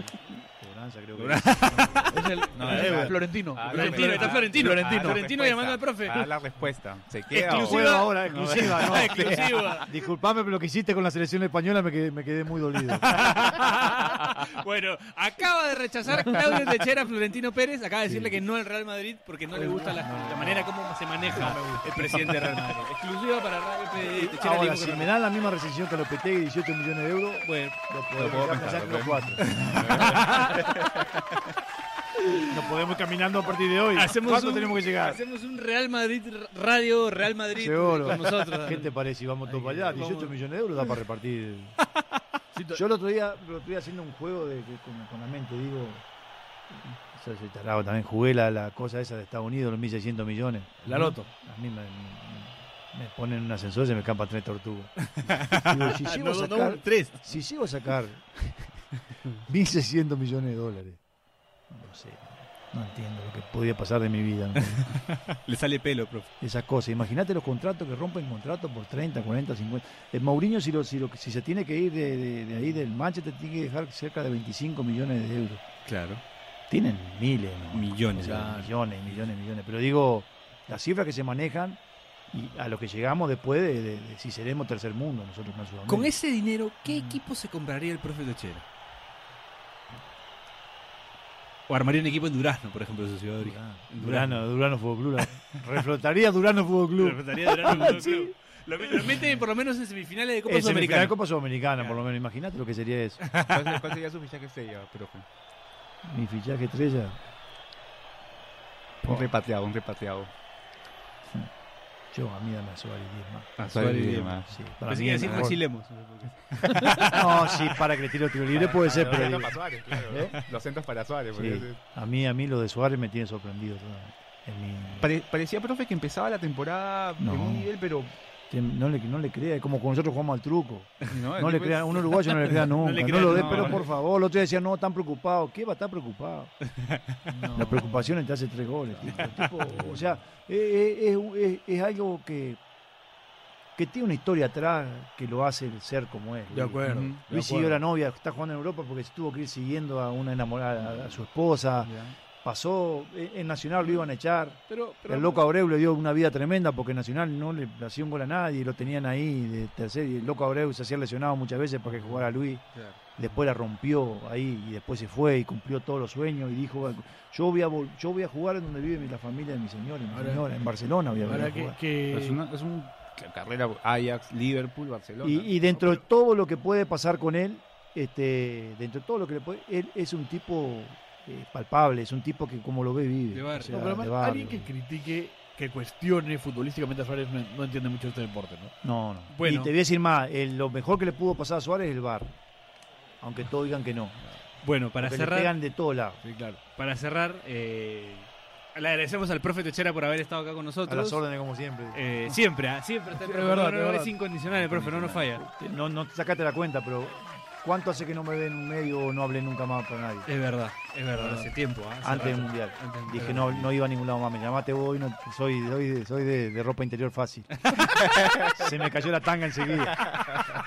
S2: Cobranza, creo que.
S4: Es el,
S5: No,
S4: es
S5: es
S4: el
S5: verdad.
S4: Florentino.
S5: Ah,
S1: Florentino,
S5: Ah,
S1: está Florentino.
S5: Florentino.
S1: Ah, Florentino
S5: respuesta.
S1: llamando al profe.
S5: Ah, la respuesta. ¿Se queda o-
S1: Exclusiva.
S2: Juega ahora, exclusiva, ¿no?
S1: Exclusiva.
S2: Disculpame, pero lo que hiciste con la selección española me quedé, me quedé muy dolido.
S1: bueno, acaba de rechazar Claudio Techera a Florentino Pérez. Acaba de decirle que no al Real Madrid porque no le gusta la,
S2: Ah.
S1: la manera como se maneja el presidente del Real Madrid. Exclusiva para Radio PD. Techera
S2: Ah, Ahora,
S1: dijo
S2: si
S1: que no.
S2: me dan la misma recensión que Lopetegui, 18 millones de euros,
S1: Bueno,
S2: lo
S5: Lo
S2: podemos
S5: puedo
S2: ya
S5: pensar,
S2: pensar
S5: lo
S2: que los
S5: puedo
S2: cuatro. Nos podemos ir caminando a partir de hoy.
S1: hacemos
S2: ¿Cuándo
S1: un,
S2: tenemos que llegar?
S1: Hacemos un Real Madrid Radio Real Madrid
S2: Seguro.
S1: con nosotros.
S2: ¿Qué te parece? Y Vamos todos
S1: Ay,
S2: para allá.
S1: vamos.
S2: 18 millones de euros da para repartir. Yo el otro día, el otro día haciendo un juego de, que- con, con la mente, digo, O sea, soy tarado también. Jugué la, la cosa esa de Estados Unidos, los 1.600 millones.
S4: La loto.
S2: A mí me, me- me ponen en un ascensor y se me escapan tres tortugas. Digo, si llego a
S1: No, no,
S2: sacar-
S1: no, tres.
S2: si llego a sacar 1.600 millones de dólares, no sé, no entiendo lo que podía pasar de mi vida. ¿no?
S5: Le sale pelo, profe.
S2: Esas cosas. Imagínate los contratos que rompen contratos por 30, 40, 50. El Mourinho, Eh, si, lo- si, lo- si se tiene que ir de, de- de ahí del Manchester, tiene que dejar cerca de 25 millones de euros.
S5: Claro.
S2: Tienen miles, ¿no?
S5: Millones.
S2: O sea, millones, millones, millones. Pero digo, las cifras que se manejan y a lo que llegamos después de, de- de si seremos tercer mundo nosotros en Sudamérica.
S1: Con ese dinero, ¿qué
S2: Mm.
S1: equipo se compraría el profe Tochera? O armaría un equipo en Durazno, por ejemplo, de su ciudad de origen.
S2: Durano, Durano, Durano Fútbol Club. la- Reflotaría Durano Fútbol Club.
S1: Trataría de Durazno Fútbol Club. Lo, met- lo mete por lo menos en semifinales de Copa
S2: En semifinal
S1: Sudamericana.
S2: de Copa Sudamericana, por lo menos. Imagínate lo que sería eso.
S5: ¿Cuál sería- cuál sería su fichaje estrella, profe?
S2: Mi fichaje estrella.
S5: Un repateado, un repateado.
S2: Yo, a mí dame a Suárez 10 más. Sí, para
S1: Ah. Pensé
S2: mí
S1: que
S2: es
S1: decir
S2: mejor.
S1: Chilemos.
S2: No, sí, para que le tiro tiro libre puede ser, pero digo,
S5: Ah, para Suárez, claro.
S2: pues, ¿Eh?
S5: Los centros para Suárez. pues,
S2: sí,
S5: porque-
S2: a mí a mí lo de Suárez me tiene sorprendido. totalmente. En mi-
S5: Pare- parecía, profe, que empezaba la temporada
S2: No.
S5: en un nivel, pero...
S2: que no le no le crea, es como cuando nosotros jugamos al truco.
S5: No,
S2: No le crean, un uruguayo no le crea nunca.
S1: le
S2: Ah, No,
S1: crean,
S2: lo dé,
S5: no.
S2: pero por favor, el otro día decía, no, tan preocupado. ¿Qué va a estar preocupado?
S4: No.
S2: La preocupación es te hace tres goles. tipo. El tipo, o sea, eh, eh, es, un- es- es algo que, que tiene una historia atrás que lo hace ser como es.
S4: De
S5: Ujú.
S4: acuerdo. de
S2: Luis
S4: acuerdo.
S2: siguió la novia, está jugando en Europa porque se tuvo que ir siguiendo a una enamorada, a- a su esposa. Pasó, eh, en Nacional lo iban a echar.
S4: Pero, pero-
S2: El loco Abreu le dio una vida tremenda porque Nacional no le hacía un gol a nadie, lo tenían ahí de tercer y el loco Abreu se hacía lesionado muchas veces para que jugara Luis.
S5: Claro.
S2: Después la rompió ahí y después se fue y cumplió todos los sueños y dijo, yo voy a, vol- yo voy a jugar en donde vive mi- la familia de mi señor y mi
S4: Ahora-
S2: señora, en Barcelona voy a volver a
S4: Ahora que,
S2: jugar.
S4: que-
S5: Es, una, es un ca- carrera Ajax, Liverpool, Barcelona.
S2: Y, y dentro de todo lo que puede pasar con él, este, dentro de todo lo que le puede, él es un tipo eh, palpable, es un tipo que como lo ve vive.
S1: De barrio.
S4: No, pero además,
S2: de barrio.
S4: alguien que critique, que cuestione futbolísticamente a Suárez no, no entiende mucho este deporte, ¿no?
S2: No, no.
S4: Bueno.
S2: Y te voy a decir más, el- lo mejor que le pudo pasar a Suárez es el bar. Aunque todos digan que no.
S1: Bueno, para
S2: Porque le
S1: cerrar,
S2: pegan de todo lado.
S4: Sí, claro.
S1: para cerrar, eh, le agradecemos al profe Tochera por haber estado acá con
S2: A las
S1: nosotros.
S2: órdenes, como siempre.
S1: Eh, siempre, ah, siempre está
S4: Sí,
S1: pero
S4: es verdad,
S1: no,
S4: es
S1: no,
S4: verdad.
S1: es incondicional el profe, no nos falla.
S2: No, no te sacaste la cuenta, pero ¿cuánto hace que no me ven en un medio o no hablé nunca más con nadie?
S1: Es verdad, es verdad, hace tiempo. ah, hace
S2: Antes del
S1: rato.
S2: mundial.
S1: Antes del
S2: Dije,
S1: Mundial.
S2: no, no iba a ningún lado más. Me llamaste vos y no, soy, soy, de- soy de, de ropa interior fácil. se me cayó la tanga enseguida.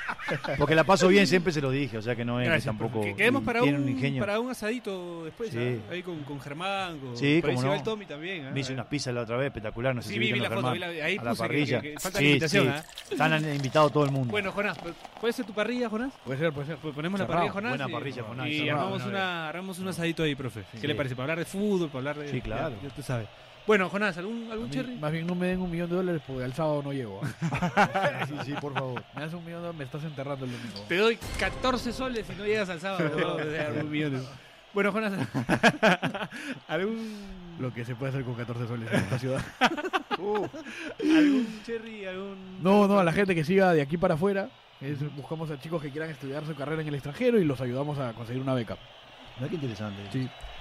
S2: Porque la paso bien, siempre se lo dije. O sea que no es que
S1: Gracias,
S2: tampoco.
S1: profe. Que quedemos para
S2: tiene
S1: un,
S2: ingenio.
S1: para un asadito después,
S2: Sí.
S1: ah, ahí con, con Germán, con
S2: Sí,
S1: por ahí
S2: cómo
S1: se va
S2: no.
S1: el Tommy también. ah.
S2: Me hice unas pizzas la otra vez, espectacular. No sé
S1: Sí,
S2: si
S1: vi, vi
S2: vieron
S1: la
S2: los
S1: foto,
S2: Germán.
S1: vi la- ahí
S2: a la
S1: puse que-
S2: parrilla.
S1: que- que falta
S2: Sí,
S1: invitación,
S2: sí.
S1: ¿ah?
S2: Están invitados todo el mundo.
S1: Bueno, Jonás, ¿puede ser tu parrilla, Jonás?
S4: Puede ser, puede ser.
S1: Pues ponemos
S2: Cerrado,
S1: la parrilla, Jonás.
S2: buena
S1: y-
S2: parrilla, Jonás,
S1: Y
S2: cerrado,
S1: armamos,
S2: una
S1: una, armamos un asadito ahí, profe. ¿Qué
S2: Sí.
S1: le parece? ¿Para hablar de fútbol? ¿Para hablar de.?
S2: Sí, claro.
S1: Ya, ya tú sabes. Bueno, Jonás, ¿algún,
S4: A
S1: algún
S4: mí,
S1: cherry?
S4: Más bien no me den un millón de dólares porque al sábado no llego. ¿ah?
S2: sí, sí, por favor.
S4: Me das un millón de dólares, me estás enterrando el domingo.
S1: Te doy 14 soles si no llegas al sábado. ¿no? O sea, un millón de- Bueno, Jonás, ¿algún,
S4: Lo que se puede hacer con 14 soles en esta ciudad.
S1: algún cherry? Algún...
S4: No, no, a la gente que siga de aquí para afuera. es- buscamos a chicos que quieran estudiar su carrera en el extranjero y los ayudamos a conseguir una beca.
S2: Mira qué interesante.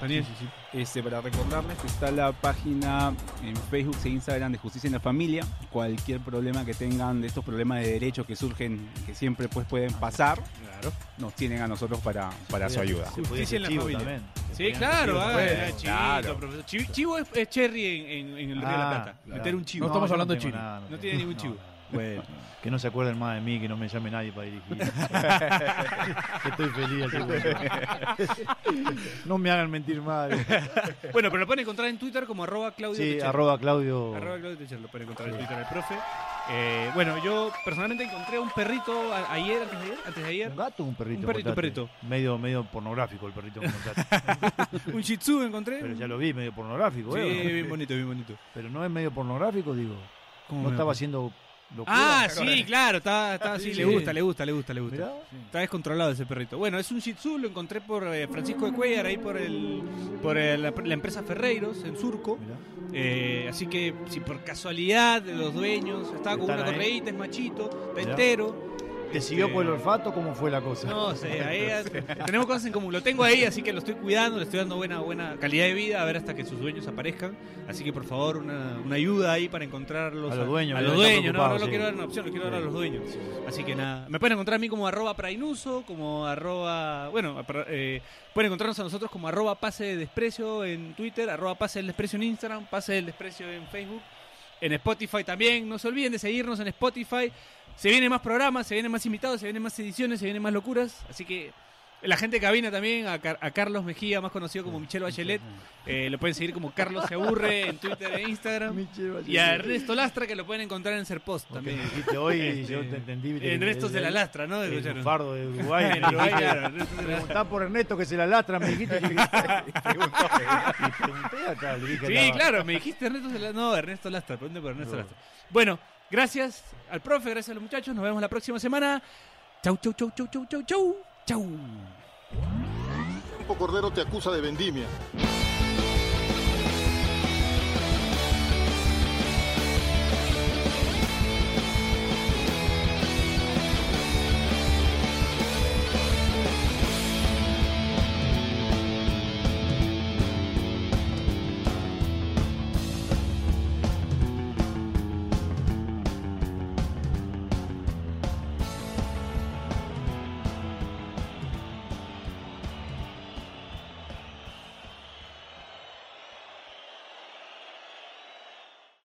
S1: Daniel.
S5: Este, para recordarles que está la página en Facebook e Instagram de Justicia en la Familia. Cualquier problema que tengan de estos problemas de derechos que surgen, que siempre pues pueden pasar,
S1: Claro.
S5: nos tienen a nosotros para, para su ayuda.
S2: Se podía
S1: Justicia en
S2: hacer
S1: la
S2: chivo
S1: familia.
S2: también. Se
S1: Sí,
S2: podían
S1: claro.
S2: hacer
S1: ah,
S2: chivo también.
S1: era chivito,
S5: claro.
S1: profesor. Chi- Chivo es, es cherry en, en- en el Río de la
S2: Ah,
S1: Plata.
S2: claro.
S1: Meter un chivo.
S4: No estamos
S2: yo
S4: hablando de
S2: tengo
S4: chivo.
S2: nada,
S1: No
S2: tengo-
S1: tiene ningún chivo.
S2: Bueno, que no se acuerden más de mí, que no me llame nadie para dirigir. Que Estoy feliz. así como- no me hagan mentir más.
S1: Bueno, pero lo pueden encontrar en Twitter como arroba Claudio
S2: Sí,
S1: Techero.
S2: arroba Claudio.
S1: Arroba Claudio Techero, lo pueden encontrar en
S2: Sí.
S1: Twitter el profe. Eh, bueno, yo personalmente encontré un perrito a- ayer, antes de ayer, antes de ayer,
S2: ¿Un gato o un perrito?
S1: Un perrito, un
S2: encontraste? Medio, medio pornográfico el perrito que encontraste.
S1: un shih tzu encontré.
S2: Pero ya lo vi, medio pornográfico.
S1: Sí,
S2: eh.
S1: bien bonito, bien bonito.
S2: Pero no es medio pornográfico, digo.
S1: ¿Cómo
S2: No
S1: me
S2: estaba
S1: acuerdo?
S2: haciendo locura.
S1: Ah, sí, claro, estaba, estaba así, le
S2: Sí.
S1: gusta, le gusta, le gusta, le gusta.
S2: Mirá.
S1: Está descontrolado ese perrito. Bueno, es un Shih Tzu, lo encontré por eh, Francisco de Cuellar, ahí por el por el- la, la empresa Ferreiros, en Surco.
S2: Mirá.
S1: Eh, así que, si por casualidad de los dueños, estaba con
S2: Están
S1: una
S2: ahí.
S1: correíta, es machito, está
S2: Mirá.
S1: entero.
S2: ¿Te siguió por el olfato? ¿Cómo fue la cosa?
S1: Este, No sé, a ella tenemos cosas en común. Lo tengo ahí, así que lo estoy cuidando, le estoy dando buena, buena calidad de vida, a ver hasta que sus dueños aparezcan. Así que por favor, una, una ayuda ahí para encontrarlos.
S2: A los dueños,
S1: A
S2: que
S1: los
S2: están
S1: dueños, no, no
S2: preocupados,
S1: lo
S2: sí.
S1: quiero dar una opción, lo quiero dar a los dueños. Así que nada. Me pueden encontrar a mí como arroba prainuso, como arroba. Bueno, apra- eh, pueden encontrarnos a nosotros como arroba pase de desprecio en Twitter, arroba pase del desprecio en Instagram, pase del desprecio en Facebook. En Spotify también, no se olviden de seguirnos en Spotify. Se vienen más programas, se vienen más invitados, se vienen más ediciones, se vienen más locuras. Así que la gente de cabina también, a, Car- a Carlos Mejía, más conocido como Michelo Bachelet. eh, lo pueden seguir como Carlos Se Aburre en Twitter e Instagram. Y a Ernesto Lastra, que lo pueden encontrar en Serpost
S2: Porque
S1: también.
S2: dijiste hoy y
S1: Este,
S2: yo te entendí. te-
S1: Ernesto se la lastra, ¿no?
S2: El
S1: Escucharon.
S2: fardo de Uruguay.
S1: En Uruguay, claro,
S2: Preguntá
S1: Ernesto se la lastra.
S2: por Ernesto que se la lastra, me dijiste. Y pregunté acá, le dije
S1: Sí,
S2: la-
S1: claro, me dijiste Ernesto Lastra. No, Ernesto Lastra, pregunte por Ernesto Lastra. Bueno, gracias al profe, gracias a los muchachos. Nos vemos la próxima semana. Chau, chau, chau, chau, chau, chau, chau. Chau.
S6: Cordero te acusa de vendimia.